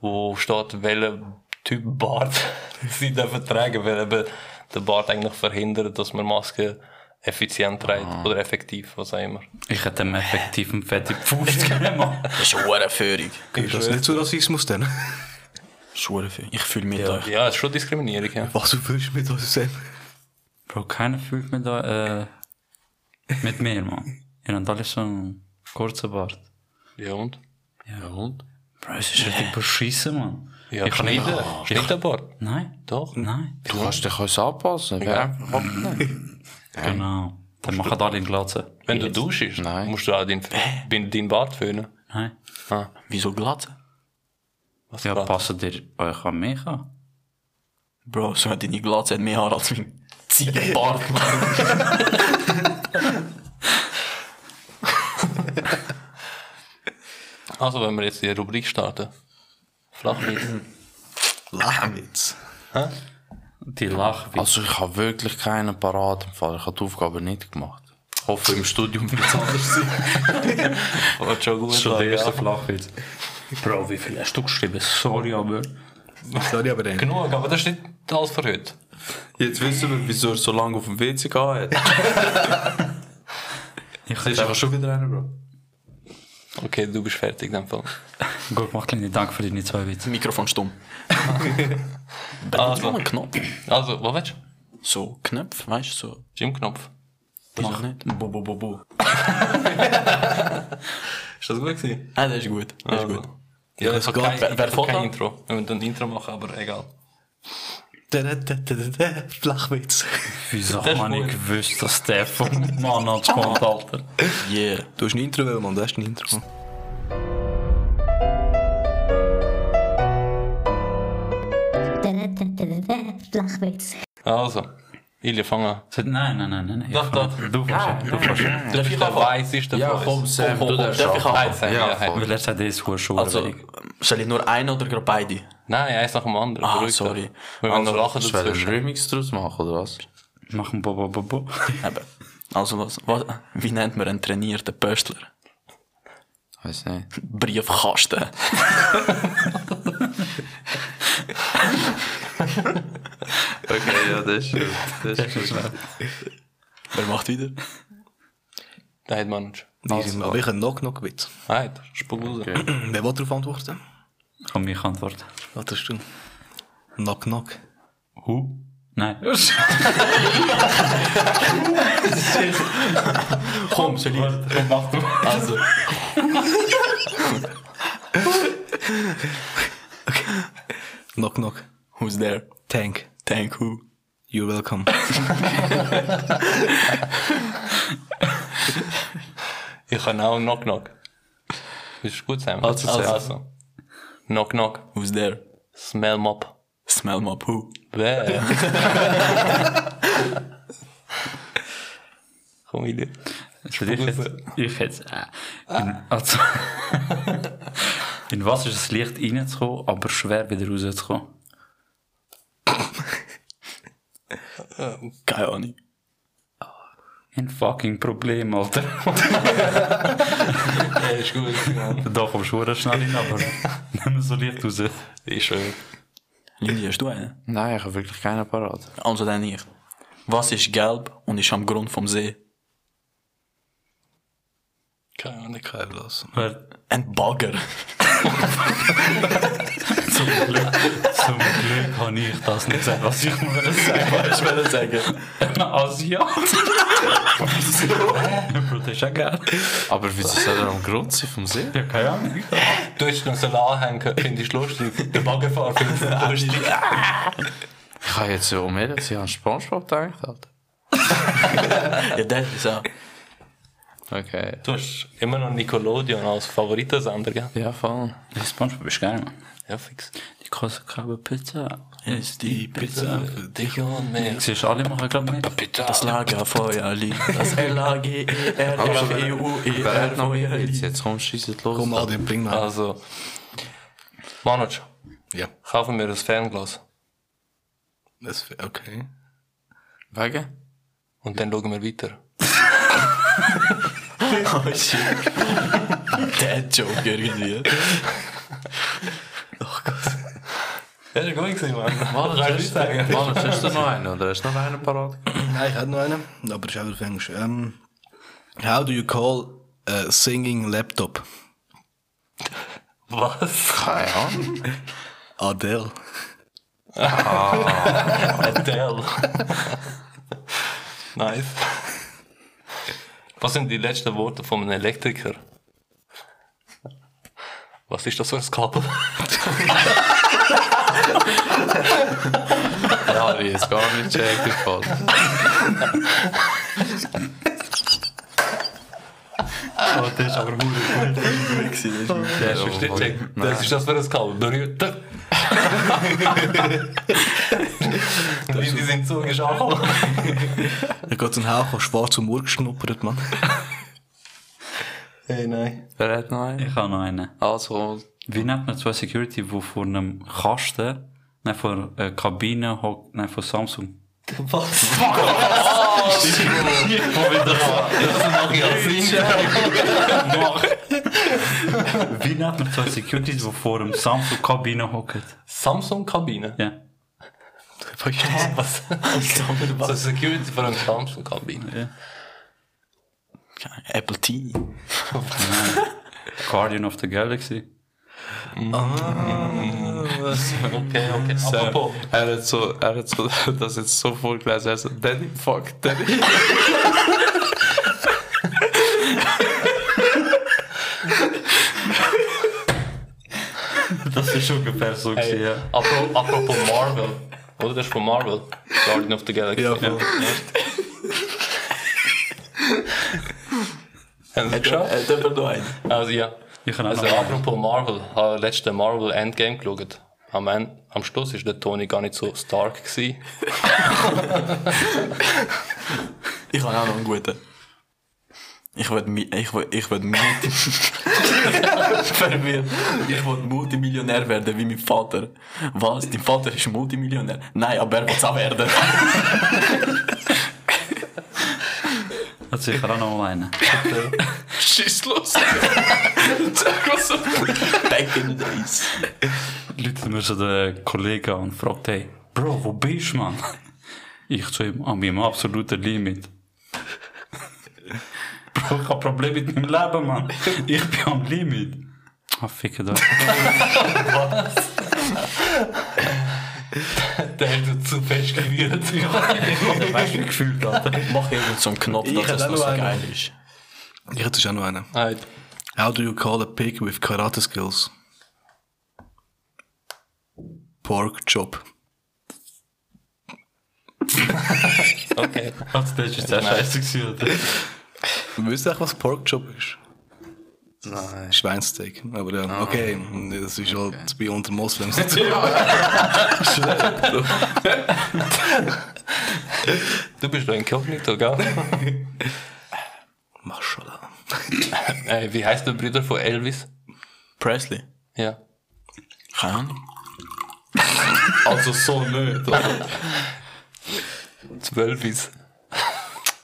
wo steht, welcher Typ Bart *laughs* sie dürfen tragen, weil eben der Bart eigentlich verhindert, dass man Maske effizient trägt oder effektiv, was auch immer. Ich hätte ihm effektiv einen fetten *laughs* Pfusch gemacht. Das ist eine Hurenführung. *laughs* Ist das nicht so Rassismus *laughs* denn? Das ist eine Hurenführung. Ich fühle mich da. Ja, ist schon Diskriminierung, ja. Was du willst mit uns Sam? Bro, keiner fühlt mich da, äh, mit mir, man. Ihr habt alle so einen kurzen Bart. Ja und? Ja, und? Bro, es ist richtig beschissen, man. Ja, Ich kann nicht- Schneider, Schneiderbart. Nein, Doch. nein. Du kannst dich alles anpassen. Wer einfach abnehmen. Genau. Dann machen alle in Glatze. Wenn du duschst, Nein. musst du auch deinen bin- deinen Bart föhnen. Nein. Wieso glatt? Was Ja, oh, grad? passt ihr euch an mich an? Bro, so hat deine Glatze hat mehr Haare als mein Ziegenbart, Mann. Also, wenn wir jetzt die Rubrik starten. Flachwitz. Lachwitz. Die Lachwitz. Also ich habe wirklich keinen parat im Fall. Ich habe die Aufgabe nicht gemacht. Ich hoffe im Studium wird es anders sein. Wird schon gut. schon der sein, erste ja. Flachwitz. Bro, wie viel hast du geschrieben? Sorry, aber. Sorry, aber dann. Genug, aber das ist nicht alles für heute. Jetzt wissen wir, wieso er so lange auf dem WC gehabt hat. Ich Jetzt ist einfach schon wieder einer, Bro. Okay, du bist fertig in dem Fall. Gut gemacht, Lini. Danke für deine zwei Witze. *laughs* Mikrofon stumm. Also, Ein Knopf. also was willst du? So, Knöpfe, weißt du, so. Gymknopf. Mach nicht. Bo, bo, *laughs* bo, bo. Ist das gut gewesen? Ah, das ist gut. Das ist Also. gut. Ja, das es ist geht. kein, Wer- ich wer hab fährt kein an? Intro. Wir müssen ein Intro machen, aber egal. Da, da, da, da, da, Flachwitz. Wieso hat man nicht gewusst, dass der *laughs* vom Mann kommt, Alter? Yeah. Du hast ein Intro, wollen, Mann, du hast ein Intro. Flachwitz. Also, Ilja, fang an. Nein, nein, nein, nein. Doch, doch. Du fährst Du fährst Das ist der Weiß, ist der Weiß. Sam, du darfst Darf ich anfangen. auch? Eins sagen, Ja, ja, hey. voll. Weil er sagt, das ist schon Also, soll ich nur einen oder gerade beide? Nein, eins nach dem anderen. Ah, Beruhigt sorry. Also, euch. Wir wollen noch lachen Willst du einen dazwischen. Remix draus machen, oder was? Mach ein Bobo *laughs* Bobo. Eben. Also, los. Was, wie nennt man einen trainierten Pöstler? Weiß nicht. Briefkasten. Okay, ja, das ist gut. Das ist gut. Wer macht wieder? Da hat man nicht. Also, aber ich habe einen Knock-Knock-Witz. Nein, spuck raus. *clears throat* Wer will darauf antworten? Komm, ich antworte. Was hast du? Knock-Knock. Hu? Nein. Komm, soll ich? Komm, mach du. Also. Knock-Knock. Who's there? Tank. Thank who? You're welcome. Ich kann auch Knock Knock. Willst du gut sein? Also, Sam. Knock Knock. Who's there? Smell Mop. Smell my poo. Bäh. Komm wieder. Für dich jetzt, ich jetzt, äh, in, also, *laughs* in was ist es leicht reinzukommen, aber schwer wieder rauszukommen? Keine Ahnung. Ein fucking Problem, Alter. Ja, ist gut. da kommst du verdammt schnell rein, aber nicht mehr so leicht raus. Ist schön. Lindy, hast du einen? Nein, ich habe wirklich keinen parat. Also dann ich. Was ist gelb und ist am Grund vom See? Keine Ahnung. Kein Blass. *laughs* Aber Ein Bagger. zum Glück, zum Glück habe ich das nicht gesagt, was ich mir wollte sagen Weißt du, was ich sagen? *laughs* Ein Asiat. Bro, das ist ja geil. Aber wieso soll er am Grund sein vom See? Ja, keine Ahnung. Du hast noch so anhängen, finde ich lustig. *laughs* Der Baggerfahrer finde ich lustig. Ich habe jetzt so um ehrlich sie an Spongebob gedacht, Alter. *laughs* Ja, das ist auch. Okay. Du hast immer noch Nickelodeon als Favoritensender, gell? Ja, voll. Das Spongebob ist geil, Mann. Ja, fix. Die große Krabbe Pizza. Ist die Pizza. Dich und mich. Siehst du, alle machen gerade mit. Das Lagerfeuer liegt. Das E Wer hat noch L-A-G-E-R-F-E-U-E-R-F-E-U. mehr Witz? Jetzt komm, schießt los. Komm, Adi, bring mal. Ah. Also, Manoj, Ja. kaufen wir ein Fernglas. Das, okay. Wegen? Und dann schauen wir weiter. Oh shit. Der Joke irgendwie. Das ist gut gewesen, Mann. Mann, hast du Mann, hast du noch einen? Oder hast du noch einen parat? *laughs* Nein, ich habe noch einen, aber schau, du fängst. Ähm, how do you call a singing laptop? Was? Keine Ahnung. Adele. Adele. nice. Was sind die letzten Worte von einem Elektriker? Was ist das für ein Kabel? Ja, ich jetzt gar nicht checkt, ich fall. Das ist aber gut. Das ist nicht check. Das ist das für ein Kabel. Berührt. Wie die sind so angekommen. Ich habe einen Hauch von schwarzem Uhr geschnuppert, Mann. Hey, nein. Wer hat noch einen? Ich habe noch einen. Also, Wie nennt man zwei Security, die vor einem Kasten, nein, vor einer Kabine hockt, nein, von Samsung? Was? Fuck! Oh, shit! Wo wieder Das mache ich als Intro. Wie nennt man zwei Securities, die vor einem Samsung-Kabine hocken? Samsung-Kabine? Ja. Was? so Security von einer Samsung-Kabine. Apple Tea. Guardian of the Galaxy. Okay, okay. Apropos. Er hat so, er hat so *laughs* das jetzt so vorgelesen. also, Er so, Danny, fuck, Danny. Das ist ungefähr so gewesen, ja. Apropos, apropos Marvel. Oder das ist von Marvel. Guardian of the Galaxy. Ja, ja. Haben Sie es geschafft? Hat jemand noch einen? Also ja. Ich kann auch Also noch- apropos Marvel. Ich habe letzte Marvel Endgame geschaut. Am, Ende, am Schluss war der Tony gar nicht so stark. Gewesen. Ich habe auch noch einen guten. Ich will, mi- ich will, ich will Multi... Verwirrt. Ich will Multimillionär werden wie mein Vater. Was? Dein Vater ist Multimillionär? Nein, aber er will es auch werden. Hat sicher auch noch mal einen. *laughs* Schiss los. Sag was so. Back in the days. Leute mir so den Kollegen und fragt, hey, Bro, wo bist du, *laughs* Mann? Ich zu ihm, an meinem absoluten Limit. *laughs* Bro, ich hab Probleme mit meinem Leben, *laughs* Mann. Ich bin am Limit. Ah, ficke da. Der hat sich zu fest gewirrt. Weißt du, wie gefühlt, Alter? Mach irgendeinen so einen Knopf, Ich dass hätte es auch noch noch so einen. geil ist. Ich hätte schon noch einen. Nein, How do you call a pig with karate skills? Pork chop. okay. Also, das ist sehr scheiße gewesen, Alter. Wisst ihr eigentlich, was Pork chop ist? Nein. Schweinsteak. Aber ja, Ah. okay, das ist halt bei unter *laughs* Moslems. Du bist doch inkognito, gell? *laughs* *laughs* Maschallah. Ey, Äh, wie heißt der Bruder von Elvis? Presley. Ja. Keine Ahnung. *laughs* Also so nicht, oder? Zwölfis.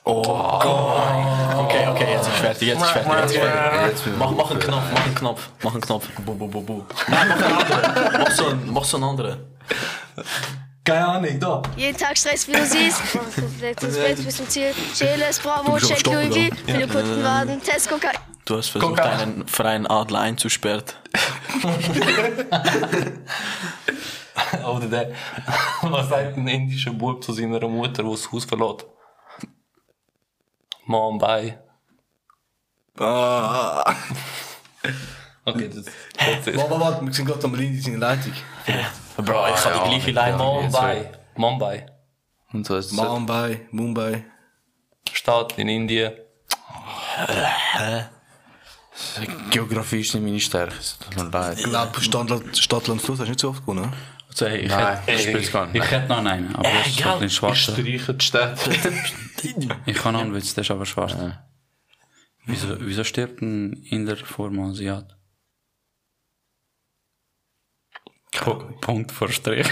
Okay, okay, jetzt ist fertig, jetzt ist fertig, jetzt ist fertig. Mach, mach einen Knopf, mach einen Knopf, mach einen Knopf. Bu, bu, bu, bu. Nein, mach einen anderen. Mach so einen, mach so einen anderen. Keine Ahnung, da. Jeden Tag Stress, wie du siehst. Komplexitätsbild bis zum Ziel. Cheles, Bravo, bist auf Check, Stopp, Luigi. oder? Viele Kunden warten. Tesco, Ka- Du hast versucht, einen freien Adler einzusperren. Oder der. *laughs* Was sagt ein indischer Bub zu seiner Mutter, die das Haus verlässt? Mom, bye. Ah, Okay, das, das ist. warte, warte, warte, wir sind gerade am Linie in der Leitung. Bro, ich habe Ah, die gleiche Leine. Mom, bye. Mom, bye. Und so ist es. Mumbai, Mumbai. Staat in Indien. Geografie ist nicht meine Stärke. Es tut mir leid. Ich glaube, Stadtland, Stadtland Fluss hast du nicht so oft gewonnen. ne? So, hey, ich Nein, hätte- ich spiel's gar Ich nicht. hätte noch einen, aber das ist halt ein schwarzer. Streiche die Städte. *laughs* Ich kann noch einen Witz, der ist aber schwarz. Wieso, wieso stirbt ein Inder vor einem Asiat? Pu- Punkt vor Strich.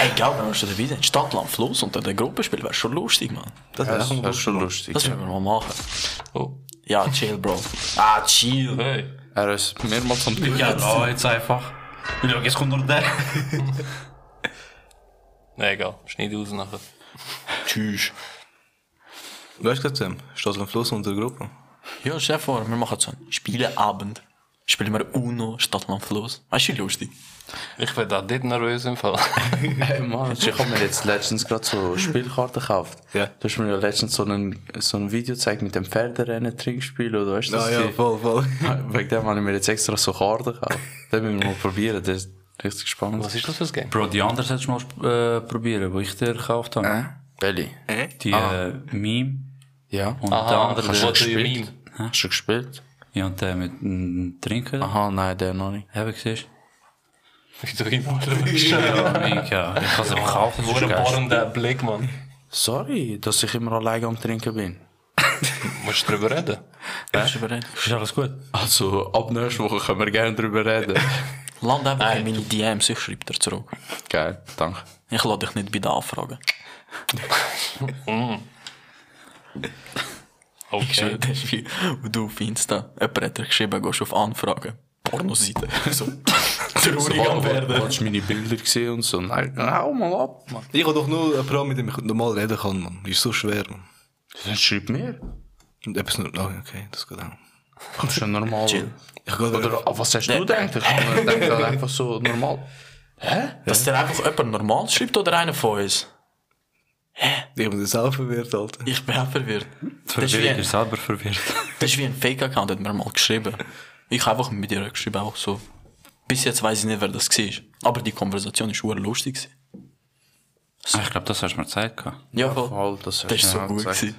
Ey, glaub, wenn wir schon dabei sind, Stadtland Fluss und dann der Gruppenspiel wäre schon lustig, Mann. Das Das wäre ist schon lustig. Das müssen wir mal machen. Oh. Ja, chill, Bro. Ah, chill. Hey. Er ist mehrmals am Tisch. *laughs* Ja, oh, jetzt einfach. Ja, jetzt kommt nur der. Na egal, schneide raus nachher. Tschüss. Weißt du gerade, Sam? Stadtland Fluss unter der Gruppe. Ja, Chef, vor, wir machen so einen Spieleabend. Spielen wir Uno, Stadtland Fluss. Weißt du, wie lustig? Ich werde auch dort nervös im Fall. Hey Mann, ich habe mir jetzt letztens gerade so Spielkarten gekauft. Ja. Du hast mir ja letztens so ein, so ein Video gezeigt mit dem Pferderennen Trinkspiel oder weißt du Ah das? ja, Die- voll, voll. Wegen dem habe ich mir jetzt extra so Karten gekauft. Den müssen wir mal probieren, das ist richtig spannend. Was ist das für ein Game? Bro, die andere hättest du mal äh, probieren, wo ich dir gekauft habe. Belly. Die äh, Meme Ja. und Aha, der andere. hast du der- gespielt? Hast du gespielt? Ja, und der mit dem Trinken. Aha. Aha, nein, der noch nicht. Habe ich gesehen. Ich tu ihn mal Ja, ich habe es gekauft. das Wo ist ein geil. bohrender Blick, Mann. Sorry, dass ich immer alleine am Trinken bin. Musst du drüber reden? Bist du bereit? Ist alles gut? Also, ab nächster Woche können wir gerne drüber reden. Land einfach in meine DMs, ich schreibe dir zurück. Geil, danke. Ich lade dich nicht bei der Anfragen. *laughs* Okay. Das ist wie, und du auf Insta, jemand hat dir geschrieben, gehst auf Anfragen. Pornoseite. *laughs* so, traurig am werden. Hast du meine Bilder gesehen und so? Nein, hau mal ab, Mann. *laughs* Ich habe doch nur ein Programm, mit dem ich normal reden kann, Mann. Ist so schwer, Mann. Dann schreib mir. Und etwas nur, Ah, okay, das geht auch. Das ist ja normal. Chill. Ich gehe Oder ah, was hast du gedacht? Ich habe gedacht, das ist einfach so normal. Hä? Dass dir einfach jemand normal schreibt oder einer von uns? Ich bin jetzt auch verwirrt, Alter. Ich bin auch verwirrt. Das ist, wie Verwirrt, ein, ihr das selber verwirrt. ist wie ein Fake-Account, hat mir mal geschrieben. Ich habe einfach mit ihr geschrieben, einfach so. Bis jetzt weiß ich nicht, wer das war. Aber die Konversation war schon lustig. gewesen. Ah, ich glaube, das hast du mir gezeigt. gehabt. Ja, voll. Voll, das Das ist so ja gut gezeigt. gewesen.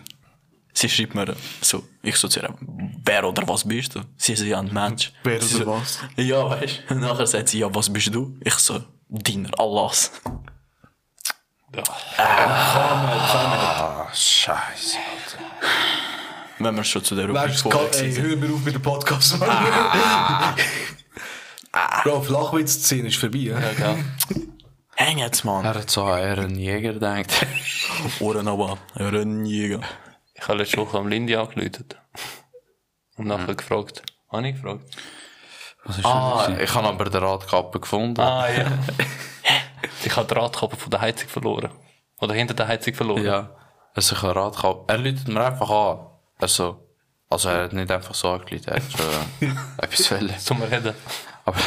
Sie schreibt mir so, ich so zu ihr, wer oder was bist du? Sie ist eh, ja ein Mensch. Wer Sie oder so, was? eh, Ja, weißt du. Nachher sagt sie, ja, was bist du? Ich so, Diener Allahs. Ah, scheiße. Wenn wir schon zu der Rubrik Weißt du, vorher ey, sind. hör mir auf mit dem Podcast, Mann. Ah. Bro, Flachwitz-Szene ist vorbei, ja. Häng jetzt, Mann. Er hat so an einen Jäger gedacht. Oder noch was. Rennjäger. Ich habe letzte Woche am Lindy angerufen. Und nachher gefragt. Habe ich gefragt? Was *laughs* ist Ah, das? ich habe aber den Radkappe gefunden. Ah, ja. ich habe die Radkappe von der Heizung verloren. Oder hinter der Heizung verloren. Ja. Also ich habe einen Radkappe. Er läutet mir einfach an. Also, also er hat nicht einfach so angeleitet, er hat schon *laughs* äh, etwas wollen. Zum Reden. Aber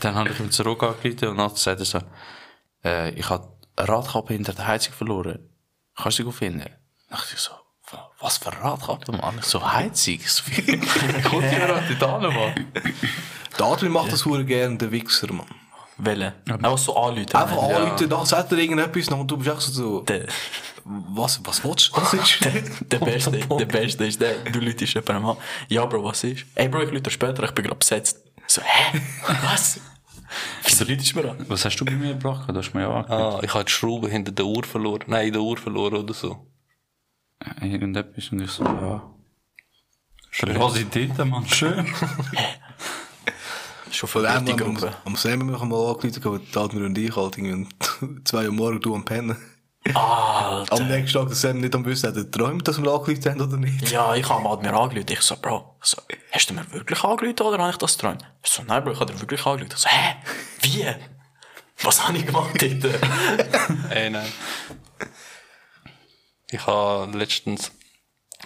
dann habe ich ihn zurück angeleitet und dann sagt er so, äh, ich habe eine Radkappe hinter der Heizung verloren. Kannst du die gut finden? Dann dachte ich so, wa- was für eine Radkappe, Mann? Ich so, Heizung? Ich so, *laughs* wie kommt die gerade in die Hand, Mann? Der Admin macht das hure gern, der Wichser, Mann. Welle. Einfach so anrufen. Ah, Einfach anrufen, dann sagt er irgendetwas, und du bist echt so, Der, was, was willst *laughs* du? Was ist? der, beste, der beste ist der, du läutest jemandem an. Ja, Bro, was ist? Ey, Bro, ich lüte später, ich bin gerade besetzt. So, hä? Was? Wieso lütest du mir an? Was hast du bei mir gebracht? Du hast mir ja angeleitet. Ah, ich habe die Schraube hinter der Uhr verloren. Nein, in der Uhr verloren oder so. Irgendetwas und ich so, ja. Kuriosität, Mann, schön. Schon Von dem verwirrt, am, Gumpe. am Sam haben wir mal angeleitet, aber der Admin und ich halt *laughs* irgendwie um 2 Uhr morgens du am Pennen. Ah, Alter. Am nächsten Tag, der Sam nicht am Wissen hat, er träumt, dass wir angeleitet haben oder nicht. Ja, ich habe mal mir angerufen. Ich so, Bro, ich so, hast du mir wirklich angerufen oder habe ich das geträumt? Ich so, nein, Bro, ich habe dir wirklich angerufen. Ich so, hä? Wie? Was habe ich gemacht dort? Ey, nein. Ich habe letztens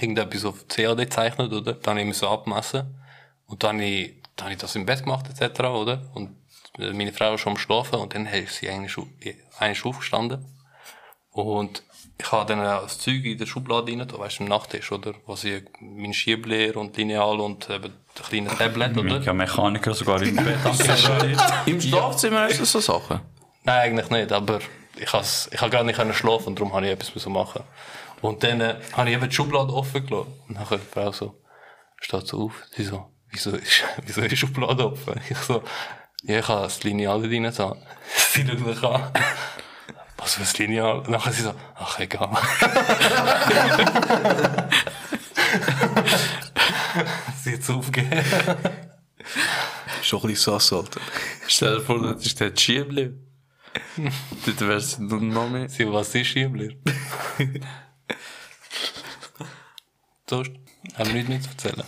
irgendetwas auf CAD gezeichnet, oder? Dann habe ich mich so abgemessen. Und dann habe ich, dann habe ich das im Bett gemacht, etc., oder? Und äh, meine Frau war schon am Schlafen und dann ist sie eigentlich, au- eigentlich aufgestanden. Und ich habe dann äh, das Zeug in der Schublade rein, da weißt du, im Nachttisch, oder? Wo sie mein Schiebler und Lineal und eben das kleine Tablet, oder? Ich habe Mechaniker sogar im *laughs* Bett Im Schlafzimmer ist das so Sachen. Nein, eigentlich nicht, aber ich has, ich hab gar nicht können schlafen und darum habe ich etwas müssen machen. Und dann äh, habe ich eben die Schublade offen gelassen. Und dann kommt die Frau so, steht so auf, sie so, wieso ist, wieso ist die Schublade offen? Ich so, ja, ich habe das Lineal da drin getan. Sie schaut mich an. Was für ein Lineal? Und dann sie so, ach egal. sie hat es aufgegeben. Schon ein bisschen sass, Alter. Stell dir vor, das ist der Schiebli. Dort wärst du noch mehr. Sie, was ist Schiebler? Sonst haben wir nichts mehr zu erzählen.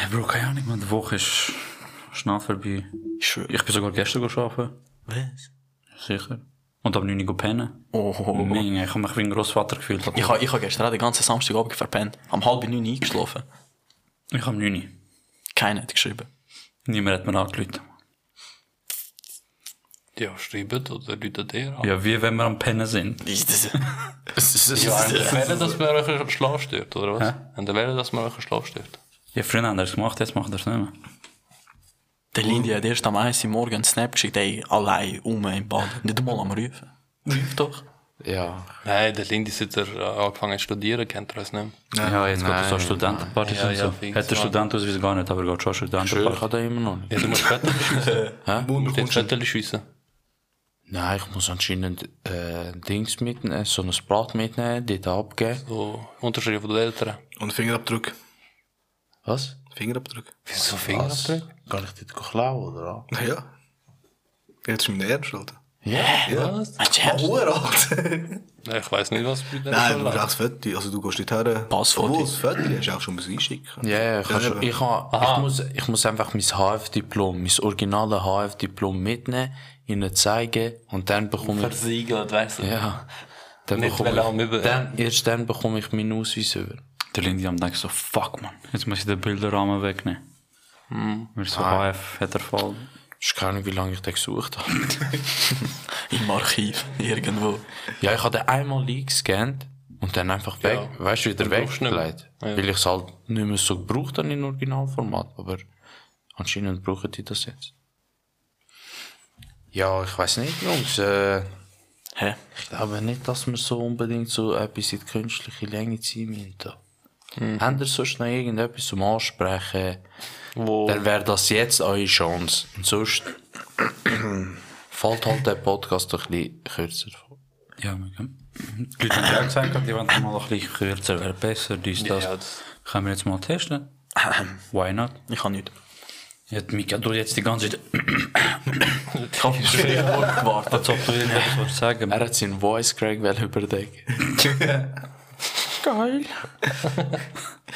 Ja, Bro, keine Ahnung, man, die Woche ist schnell vorbei. Schön. Ich bin sogar gestern arbeiten. Was? Sicher. Und am 9 Uhr pennen. Oh. Menge, ich habe mich wie ein Grossvater gefühlt. Ich habe ich hab gestern auch den ganzen Samstagabend verpennt. Am halb neun eingeschlafen. ich habe 9 Uhr. Keiner hat geschrieben. Niemand hat mir angerufen. Ja, schreibt oder läutet ihr an. Ja, wie wenn wir am Pennen sind. Ja, haben ihr wollt, dass man euch Schlaf stört, oder was? Haben ihr wollt, dass man euch Schlaf stört? Ja, früher haben wir es gemacht, jetzt machen wir es nicht mehr. Der Lindy hat erst am 1 Uhr morgen einen Snap geschickt, ey, allein um im Bad. Nicht mal am Rufen. Ruf doch. Ja. Nein, der Lindy seit er äh, angefangen zu studieren, kennt er es nicht mehr. Ja, jetzt geht nein, es auch Studentenpartys nein. und Ja, ja, so. fix, Hat der Mann. Studentenausweis gar nicht, aber geht schon Schön, ich Studentenpartys. habe den immer noch nicht. Ja, du musst *laughs* Fettel schiessen. Äh, Du musst jetzt Fettel schiessen. Nein, ich muss anscheinend äh, Dings mitnehmen, so ein Blatt mitnehmen, dort abgeben. So, Unterschrift von den Eltern. Und Fingerabdruck. Was? Fingerabdruck. Wieso Fingerabdruck? Kann ich dort klauen, oder? Ja. Jetzt ist mein Ernst, Alter. Ja, was? Ein Hurenalt. Ja, Ich weiß nicht, was bei der Nein, du Verlag- brauchst echt Fötterchen. Also du gehst nicht her. Passfoto. Obwohl, das Fötterchen hast du auch schon müssen einschicken Ja, ja, ich, kann schon- ich, kann- ich, muss, ich muss einfach mein HF-Diplom, mein originales HF-Diplom mitnehmen, ihnen zeigen und dann bekomme ich. Versiegelt, weißt du? Ja. Dann Nicht bekomme wollen am ich Über- dann, erst dann bekomme ich meinen Ausweis über. Der Lindy am denkt so, fuck man, jetzt muss ich den Bilderrahmen wegnehmen. Hm. Weil so Nein. HF hat er voll. Ich weiß gar nicht, wie lange ich den gesucht habe. *laughs* Im Archiv, irgendwo. Ja, ich habe den einmal eingescannt und dann einfach weg, weißt du, wieder weggelegt. Weil ich es halt nicht mehr so gebraucht habe in Originalformat, aber anscheinend brauchen die das jetzt. Ja, ich weiß nicht, Jungs. Äh, Hä? Ich glaube nicht, dass wir so unbedingt so etwas in die künstliche Länge ziehen müssen. Habt ihr sonst noch irgendetwas zum Ansprechen? Dann wäre das jetzt eure Chance. Und sonst fällt halt der Podcast ein bisschen kürzer vor. Ja, man kann. Die Leute haben ja gesagt, die wollen mal ein bisschen kürzer, wäre besser, dies, das. Können wir jetzt mal testen? Why not? Ich kann nicht. Ja, die Mika, du jetzt die ganze Zeit. Ich habe schon Wort gewartet. Als ob du irgendwas wolltest sagen. Er hat seinen Voice Craig wel überdecken. Geil.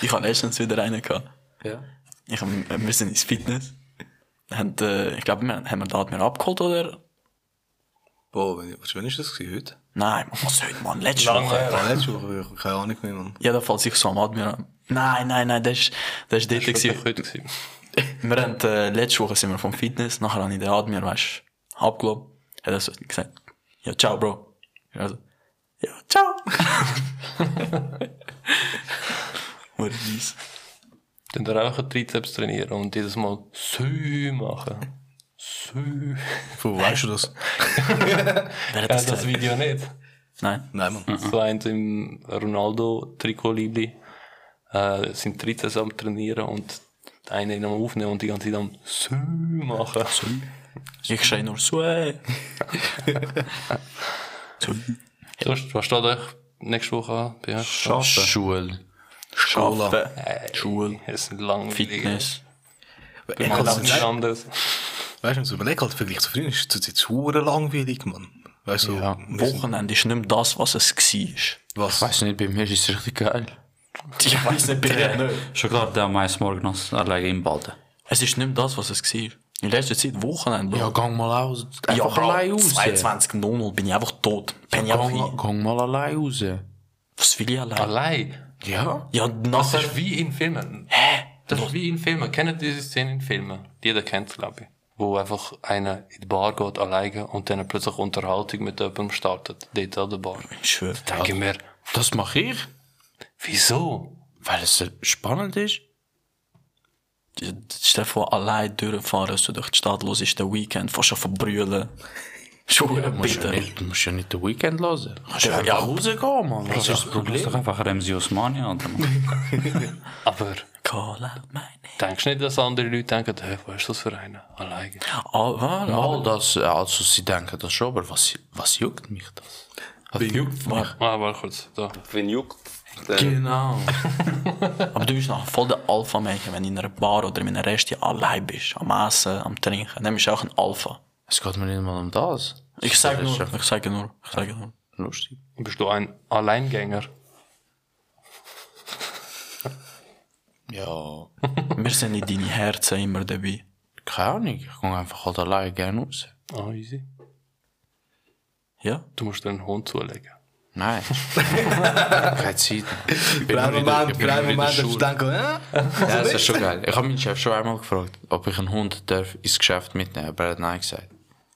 Ich habe erstens wieder einen gehabt. Ja. Ich hab, äh, wir sind ins Fitness. Haben, äh, ich glaube, wir haben wir da hat mir abgeholt, oder? Boah, wenn, was- wann ist das gewesen? Heute? Nein, man muss heute, Mann, letzte Lange Woche. her. Ah, letzte Woche, ich keine Ahnung mehr, Mann. Ja, da fällt sich so am Admiral. Nein, nein, nein, das ist, das ist dort. Das war gewesen. doch heute. gewesen. Wir haben, äh, letzte Woche sind wir vom Fitness, nachher habe ich den Admiral, weißt du, abgelobt. Hat er so gesagt, ja, ciao, Bro. Ich war so, ja, *laughs* ciao. Wurde mies. Dann der auch einen Trizeps trainieren und jedes Mal Sü machen. Sü. Von wo weißt du das? Wer hat Ja, das das gesagt? Video nicht. Nein. Nein, Mann. So eins im Ronaldo-Trikot-Liebli. Äh, sind Trizeps am Trainieren und der eine ihn am Aufnehmen und die ganze Zeit am Sü machen. Ich schreie nur, äh. Sway. *laughs* Sonst, was steht euch nächste Woche an? Bei euch? Schule. eh, Schaffen. Hey, Schule. Es sind langweilig. Fitness. Ich Ich kann's glaube nicht nicht anders. Weißt du, so überleg halt, vielleicht zu früh ist es jetzt hure langweilig, Mann. Weißt du, Ja. wir sind- Wochenende ist nicht mehr das, was es war. was? Weiß nicht, bei mir ist es richtig geil. Ich weiß nicht, bitte nicht. Schon klar, der am meisten morgens allein im Baden. Es ist nicht mehr das, was es war. In letzter Zeit, Wochenende. Ja, Bro. gang mal aus. ja Einfach allein raus. 22.00 bin ich einfach tot. Bin ich einfach Gang, hin. gang mal allein raus. Was will ich allein? Allein. Ja? Ja, Das nachher. ist wie in Filmen. Hä? Das ist wie in Filmen. Kennt ihr diese Szene in Filmen? Jeder kennt es, glaube ich. Wo einfach einer in die Bar geht, alleine, und dann plötzlich Unterhaltung mit jemandem startet. Dort an der Bar. Ich schwöre. Da denke ich mir, Das mache ich, wieso? weil es spannend ist. Stell dir vor, allein durchfahren, so durch die Stadt los ist der Weekend, fast schon *laughs* verbrüllen. Schon Du musst ja bitter. nicht, du musst ja nicht den Weekend hören. Du kannst Ja, ja einfach ja. rausgehen, Mann. Was ist das Du bist doch Problem? einfach Remsi Osmania, oder? Aber Call out my name. denkst du nicht, dass andere Leute denken, hey, was ist das für einer? Alleine. Ah, ah, All das, also sie denken das schon, aber was, was juckt mich das? Was juckt mich? Ah, warte kurz. Da. Wenn juckt, dann *laughs* Genau. Aber du bist noch voll der Alpha-Mädchen, wenn du in einer Bar oder in einem Rest allein bist. Am Essen, am Trinken. Dann bist du auch ein Alpha. Es geht mir nicht mal um das. Ich sage Das ist nur, ich sage nur, ich sage nur. ja lustig. Bist du ein Alleingänger? Ja, Wir sind in deine Herzen immer dabei. keine Ahnung. Ich gehe einfach halt allein gerne raus. Ah, easy. Ja? Du musst dir einen Hund zulegen. *laughs* Nein. Keine Zeit. Ich bin Drei nur in der- Momente, ich bin drei nur Momente, in der dass Schule. du denkst, äh? Ja, das ist schon geil. Ich habe meinen Chef schon einmal gefragt, ob ich einen Hund darf ins Geschäft mitnehmen darf, aber er hat Nein gesagt.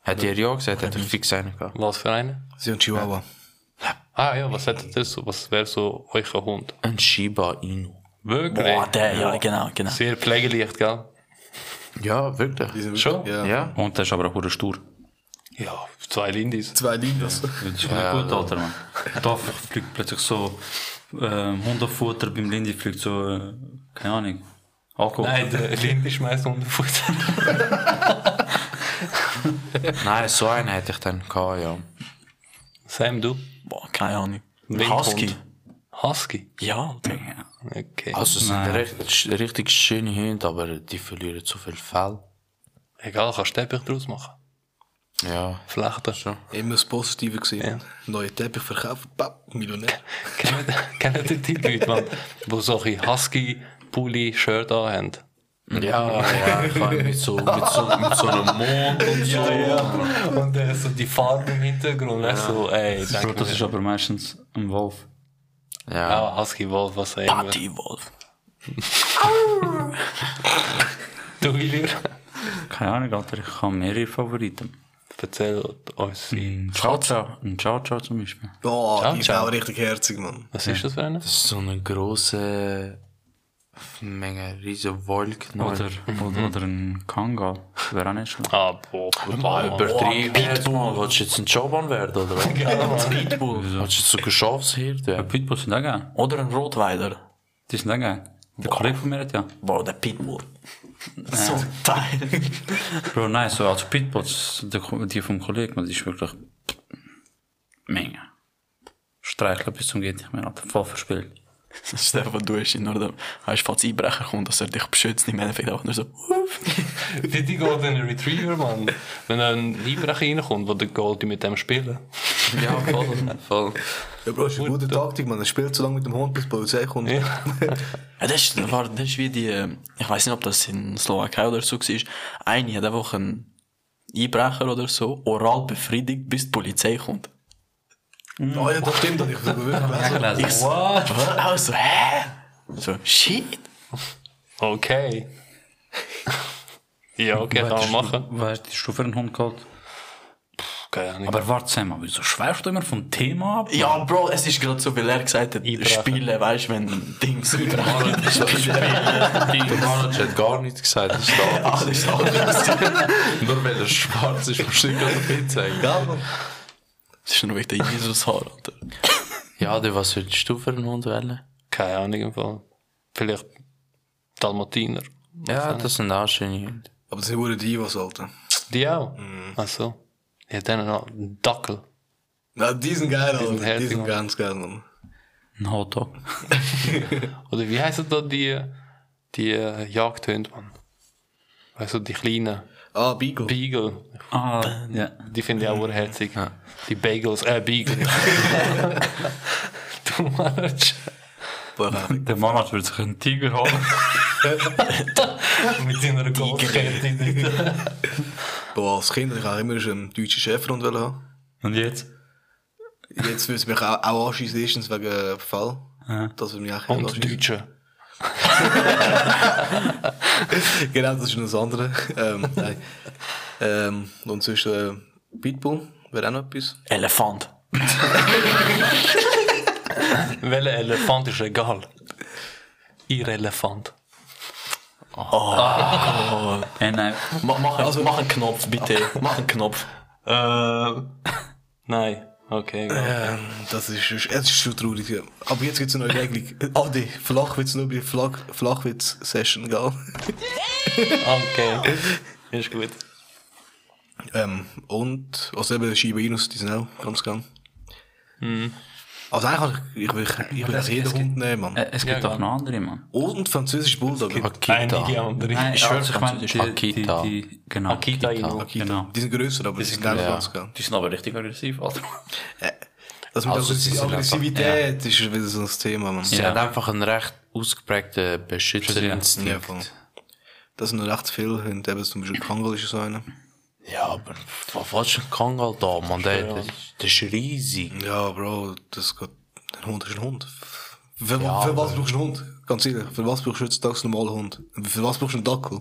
Hätte er Ja gesagt, hätte ich fix einen gehabt. Was für einen? Sie und Chihuahua. Ah ja, was hättet ihr so? Was wäre so euer Hund? Ein Shiba Inu. Wirklich? Boah, der, ja, genau, genau. Sehr pflegeleicht, gell? Ja, wirklich. Die sind- Schon? Ja. Ja. Und der ist aber auch hure stur. Ja, zwei Lindis. Zwei Lindas. Das ist ja, gut, Alter, Mann. Da fliegt plötzlich so ähm, Hundefutter beim Lindy fliegt so, äh, keine Ahnung, Alkohol. Nein, der Lindy schmeißt Hundefutter. Nein, so einen hätte ich dann gehabt, ja. Sam, du? Boah, keine Ahnung. Windhund. Husky. Husky? Ja, Alter. Okay. Also, es sind recht, sch- richtig schöne Hunde, aber die verlieren zu viel Fell. Egal, kannst du Teppich draus machen. Ja. Vielleicht das *laughs* schon. Immer das Positive gesehen. Neue Teppich verkauft, papp, Millionär. Kennen kennen die die Leute, man, die solche husky pulli shirt haben? Ja, ja, ich meine, mit so, mit *laughs* so, mit so einem Mond und so. Ja, ja. Und dann so die Farbe im Hintergrund. Ja. So, ey, Das danke ist, das ist aber meistens ein Wolf. Ja. Ja, Husky Wolf, was sagen wir? Party Wolf. *laughs* Du, William, Keine Ahnung, Alter, ich habe mehrere Favoriten. erzähl uns. Ein Ciao Ciao. Ein Ciao Ciao zum Beispiel. Oh, Ciao, die ist ciao. auch richtig herzig, Mann. Was ist das für eine? Das ist so eine große Menge, riesige Wolken. Oder, oder, oder ein Kangal. Wäre auch nicht schlecht. Ah, boah, Ah, brutal. übertrieben jetzt mal. Willst du jetzt ein Joban werden, oder *laughs* was? Pitbull. Willst du jetzt so Geschäftshirt Ja, werden? Pitbulls sind auch geil. Oder ein Rotweiler. Die sind auch geil. Der Kollege von mir hat ja. Boah, der Pitbull. So ein Teil. Bro, nein, so als Pitbulls, der Ko- die vom Kollegen, man, die ist wirklich. Menge. Streicheln bis zum geht nicht mehr, Alter. Voll verspielt. *laughs* Stefan, du hast ihn nur, da- hast fast Einbrecher gekommen, dass er dich beschützt. Im Endeffekt auch nur so. Die, die geht in einen Retriever, Mann. Wenn ein Einbrecher reinkommt, wo der Gold mit dem spielen. Ja, voll. voll. Ja, Bro, ist eine gute Taktik, man. Er spielt so lange mit dem Hund, bis die Polizei kommt. Ja. Ja, das, ist, war, das ist wie die, äh, ich weiß nicht, ob das in Slowakei oder so war. Eine hat einfach einen Einbrecher oder so oral befriedigt, bis die Polizei kommt. *laughs* Oh ja, das stimmt, das ich so gewöhnt. Gelesen. What? Auch so, Also, hä? So, shit. Okay. ja, okay, kann man machen. Was hast du für einen Hund geholt? Keine Ahnung. Aber warte, Sam, wieso schweifst du immer vom Thema ab? Ja, Bro, es ist gerade so, weil er gesagt hat, Einbrecher. spielen, weißt du, wenn Dings Einbrecher Der Manager hat gar nichts gesagt, das ist da. alles alles. *laughs* Nur weil er schwarz ist, wahrscheinlich gerade ein Pizza. Das ist nur wegen der Jesus-Haar, Alter. Ja, du, was würdest du für einen Hund wählen? Keine Ahnung im Fall. Vielleicht Dalmatiner. Ja, das sind auch schöne Hunde. Aber das sind wohl die was, Alter. Die auch? Mhm. Achso. Ja, dann noch einen Dackel. Na, die sind geil, sind Alter. Die herzig, sind Mann. ganz geil, Mann. Ein Hotdog. Oder wie heißen da die, eh, die äh, Jagdhunde, Mann? Also die kleinen Ah, Beagle. Beagle. Ah, ja. Die finde ich auch urherzig. Die Bagels, äh, Beagle. *laughs* du Manager. Der Manager würde sich einen Tiger holen. Mit seiner Goldkette. *laughs* Boah, als Kind ich auch immer einen deutschen Schäferhund haben. Und jetzt? Jetzt würde es mich auch, auch anschießen, erstens wegen äh, Fall. Das würde mich auch Und anschiessen. Deutsche. *laughs* Genau, das ist noch das andere. *laughs* Ähm, nein. Ähm, und sonst äh, Pitbull wäre auch noch etwas. *laughs* Elefant. Welcher Elefant ist egal? Ihr Elefant. Oh. Oh. Äh, nein. Mach, mach, Also- mach einen Knopf, bitte. Mach einen Knopf. Eh, Nein. Okay, egal. Ähm, das ist, es ist schon traurig. ja. Aber jetzt gibt es eine neue Regelung. *laughs* Adi, Flachwitz nur bei Flach, Flachwitz-Session, gell? Okay. Ist gut. Ähm, und, also eben Schibainus, die sind auch ganz gern. Also eigentlich, ich will, ich will jeden Hund nehmen, Mann. Äh, Es gibt doch noch andere, Mann. Und französische Bulldog. Einige Akita. andere. Nein, schwör, also, ich meine, die, Akita. Die, die, genau. Akita Inu. Akita. genau. Die sind grösser, aber die sind auch ganz gern. Die sind aber richtig aggressiv, Alter. Das mit Also, sie Aggressi- sind einfach- Aggressivität ist wieder so ein Thema, Mann. Sie hat einfach einen recht ausgeprägten Beschützerinstinkt. Ja, voll. Das sind noch recht viele Hunde, eben zum Beispiel Kangol ist so einer. Ja, aber was willst du denn Kangal da, Mann? Der, der, der ist riesig. Ja, Bro, das geht. Ein Hund ist ein Hund. Für, für was brauchst du einen Hund? Ganz ehrlich, für was brauchst du heutzutage einen normalen Hund? Für was brauchst du einen Dackel?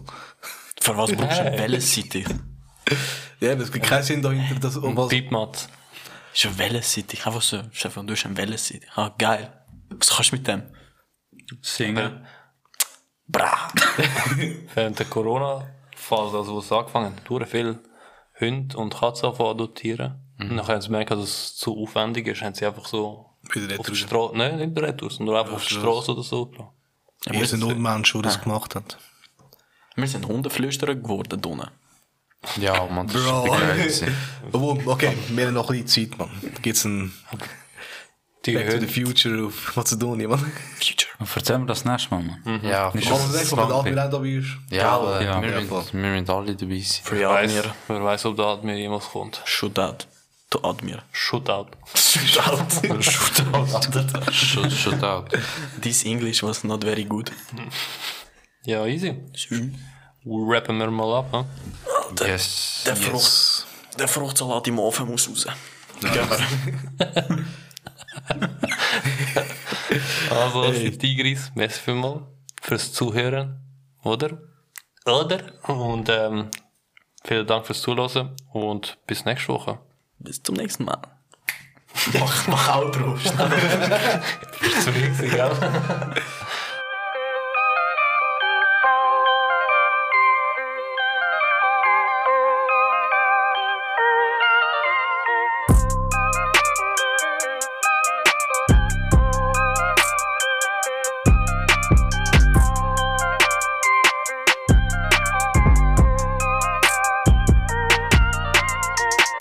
Für was brauchst du eine Velocity? Ja, aber es gibt keinen Sinn dahinter, dass um was. Piepmatz. Ist eine Velocity. Einfach so, Stefan, du hast eine Velocity. Ah, geil. Was kannst du mit dem? Singen. Bra. Während der Corona-Phase, also wo es angefangen hat, sehr viele Hunde und Katzen angefangen zu adoptieren. Mhm. Und dann haben sie gemerkt, dass es zu aufwendig ist, haben sie einfach so Wieder nicht auf die raus. Straße, nein, nicht retour, sondern einfach auf die Straße oder so. gelassen. Ihr sind Unmensch, der das gemacht hat. Wir sind Hundeflüsterer geworden, Donne. Ja, Mann, das Bro. ist geil. Obwohl, okay, wir haben noch ein bisschen Zeit, Mann. Da gibt es einen Die Back to the Future auf Mazedonien, Mann. Erzähl mir das nächste Mal, Mann. Ja, Nicht Komm, das weg, ist von der Admiral dabei ist. Ja, eh, aber Ja. wir, Ja, müssen, wir müssen alle dabei sein. Free Weiß, Admir. wer weiß, ob der halt Admir jemals kommt. Shootout. To Admir. Shootout. Shootout. Shootout. Shut, shut out. This English was not very good. Ja, easy. Rappen wir mal ab, hä? Yes. Der Frucht. Der Fruchtsalat im Ofen muss raus. Gehen wir. Also, Tigris, merci vielmals fürs Zuhören, oder? Oder? Und ähm, vielen Dank fürs Zuhören und bis nächste Woche. Bis zum nächsten Mal. Mach, mach Outro. Bis zum nächsten Mal.